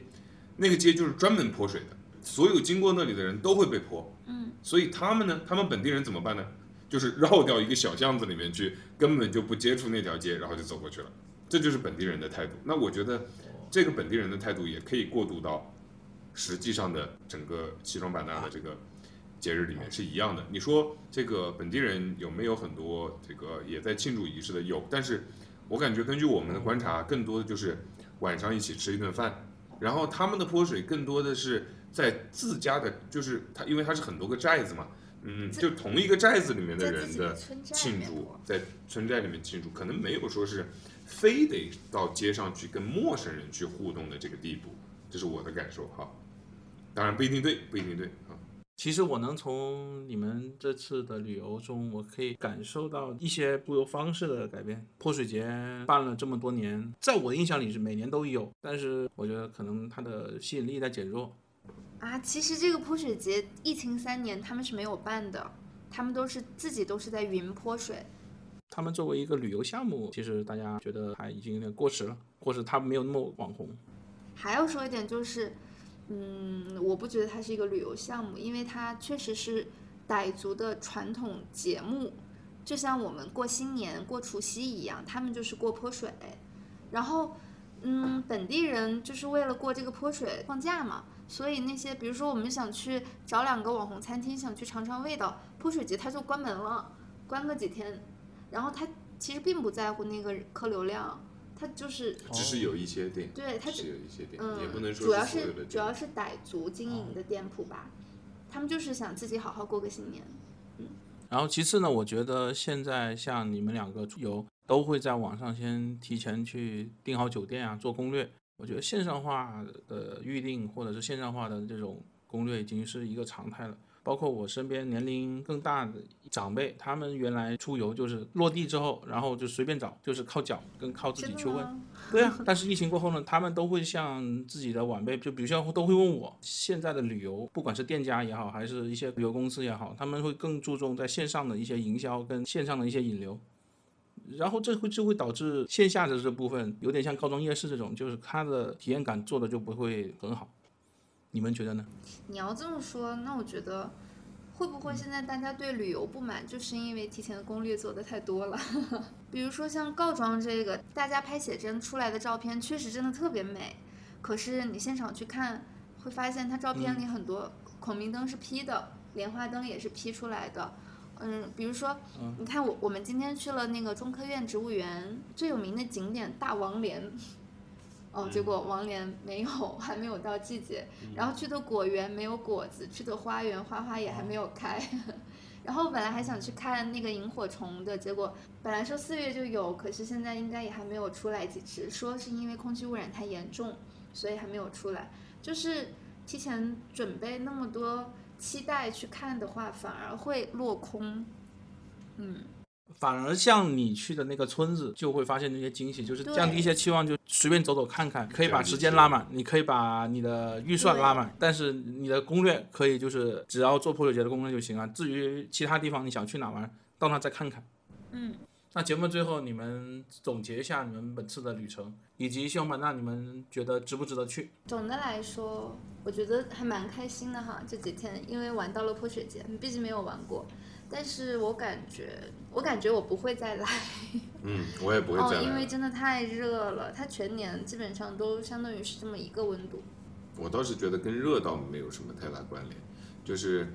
Speaker 1: 那个街就是专门泼水的，所有经过那里的人都会被泼。嗯，所以他们呢，他们本地人怎么办呢？就是绕掉一个小巷子里面去，根本就不接触那条街，然后就走过去了。这就是本地人的态度。那我觉得这个本地人的态度也可以过渡到实际上的整个西双版纳的这个节日里面是一样的。你说这个本地人有没有很多这个也在庆祝仪式的？有，但是我感觉根据我们的观察，更多的就是晚上一起吃一顿饭，然后他们的泼水更多的是在自家的，就是他，因为他是很多个寨子嘛，嗯，就同一个寨子里面的
Speaker 8: 在自
Speaker 1: 人
Speaker 8: 己
Speaker 1: 的
Speaker 8: 的村寨里
Speaker 1: 庆
Speaker 8: 面
Speaker 1: 祝
Speaker 8: 过，
Speaker 1: 在村寨里面庆祝，可能没有说是非得到街上去跟陌生人去互动的这个地步，这是我的感受哈。当然不一定对，不一定对啊。
Speaker 2: 其实我能从你们这次的旅游中，我可以感受到一些步游方式的改变。泼水节办了这么多年，在我的印象里是每年都有，但是我觉得可能它的吸引力在减弱。
Speaker 3: 啊，其实这个泼水节疫情三年他们是没有办的，他们都是自己都是在云泼水。
Speaker 2: 他们作为一个旅游项目，其实大家觉得它已经有点过时了，或者它没有那么网红。
Speaker 3: 还要说一点就是，嗯，我不觉得它是一个旅游项目，因为它确实是傣族的传统节目，就像我们过新年、过除夕一样，他们就是过泼水。然后，嗯，本地人就是为了过这个泼水放假嘛，所以那些比如说我们想去找两个网红餐厅，想去尝尝味道，泼水节它就关门了，关个几天，然后它其实并不在乎那个客流量，它就是
Speaker 1: 只是有一些点，
Speaker 3: 哦对它
Speaker 1: 只
Speaker 3: 只
Speaker 1: 是有一些点，也
Speaker 3: 嗯，
Speaker 1: 不能说
Speaker 3: 主要
Speaker 1: 所有
Speaker 3: 是
Speaker 1: 的啊
Speaker 3: 主
Speaker 1: 点
Speaker 3: 要是傣族经营的店铺吧，他们就是想自己好好过个新年。
Speaker 2: 然后其次呢，我觉得现在像你们两个出游都会在网上先提前去订好酒店啊，做攻略。我觉得线上化的预订或者是线上化的这种攻略已经是一个常态了。包括我身边年龄更大的长辈，他们原来出游就是落地之后，然后就随便找，就是靠脚跟靠自己去问。？对啊，但是疫情过后呢，他们都会向自己的晚辈，就比如像都会问我，现在的旅游，不管是店家也好，还是一些旅游公司也好，他们会更注重在线上的一些营销跟线上的一些引流，然后这会就会导致线下的这部分有点像高端夜市这种，就是它的体验感做的就不会很好。你们觉得呢？
Speaker 3: 你要这么说，那我觉得会不会现在大家对旅游不满，就是因为提前的攻略做的太多了？ 比如说像告庄这个，大家拍写真出来的照片确实真的特别美，可是你现场去看，会发现它照片里很多孔明灯是 P 的，莲花灯也是 P 出来的。嗯，比如说，你看我我们今天去了那个中科院植物园最有名的景点大王莲，哦，结果王莲没有，还没有到季节。然后去的果园没有果子，去的花园花花也还没有开。 然后本来还想去看那个萤火虫的，结果本来说四月就有，可是现在应该也还没有出来几只，说是因为空气污染太严重，所以还没有出来。就是提前准备那么多期待去看的话，反而会落空。嗯，
Speaker 2: 反而像你去的那个村子，就会发现这些惊喜，就是
Speaker 3: 对
Speaker 2: 降低一些期望，就随便走走看看，可以把
Speaker 1: 降低
Speaker 2: 时间
Speaker 1: 期
Speaker 2: 拉
Speaker 1: 望
Speaker 2: 满，你可以把你的预算拉满，但是你的攻略可以就是只要做泼水节的攻略就行啊。至于其他地方你想去哪玩，到那再看看。
Speaker 3: 嗯，
Speaker 2: 那节目最后你们总结一下你们本次的旅程，以及西双版纳你们觉得值不值得去？
Speaker 3: 总的来说，我觉得还蛮开心的哈。这几天因为玩到了泼水节，毕竟没有玩过，但是我感觉，我感觉我不会再来
Speaker 1: 嗯，我也不会
Speaker 3: 哦
Speaker 1: 再，来
Speaker 3: 因为
Speaker 1: 了。
Speaker 3: 真的太热了。它全年基本上都相当于是这么一个温度。
Speaker 1: 我倒是觉得跟热倒没有什么太大关联，就是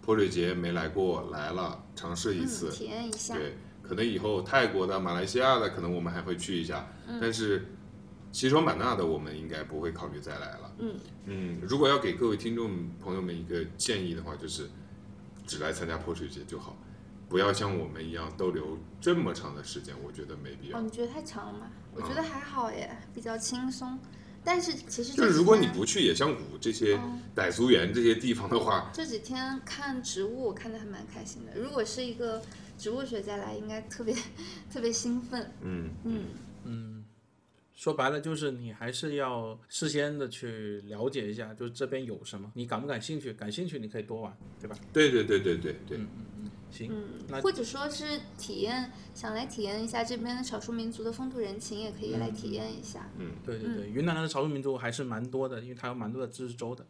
Speaker 1: 泼水节没来过，来了尝试一
Speaker 3: 嗯，
Speaker 1: 次，
Speaker 3: 体验一下。
Speaker 1: 对，可能以后泰国的、马来西亚的，可能我们还会去一下，
Speaker 3: 嗯
Speaker 1: 但是西双版纳的我们应该不会考虑再来了。
Speaker 3: 嗯
Speaker 1: 嗯，如果要给各位听众朋友们一个建议的话，就是只来参加泼水节就好，不要像我们一样逗留这么长的时间，我觉得没必要
Speaker 3: 哦，。你觉得太长了吗？我觉得还好耶，比较轻松。但是其实
Speaker 1: 嗯就
Speaker 3: 这
Speaker 1: 是
Speaker 3: 几
Speaker 1: 如果你
Speaker 3: 天
Speaker 1: 不去野象谷这些
Speaker 3: 哦
Speaker 1: 傣族园这些地方的话，
Speaker 3: 这几天看植物，我看的还蛮开心的。如果是一个植物学家来，应该特别特别兴奋。
Speaker 1: 嗯
Speaker 3: 嗯，
Speaker 2: 说白了就是你还是要事先的去了解一下，就是这边有什么，你感不感兴趣？感兴趣你可以多玩，对吧？
Speaker 1: 对对对对对对，
Speaker 2: 行，那
Speaker 3: 嗯，或者说是体验，想来体验一下这边的少数民族的风土人情，也可以来
Speaker 1: 嗯
Speaker 3: 体验一下。
Speaker 2: 对对对，云南的少数民族还是蛮多的，因为它有蛮多的自治州的。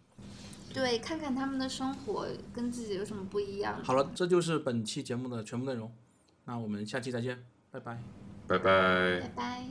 Speaker 3: 对，看看他们的生活跟自己有什么不一样。
Speaker 2: 好了，这就是本期节目的全部内容，那我们下期再见，拜拜。
Speaker 1: 拜拜
Speaker 3: 拜。拜。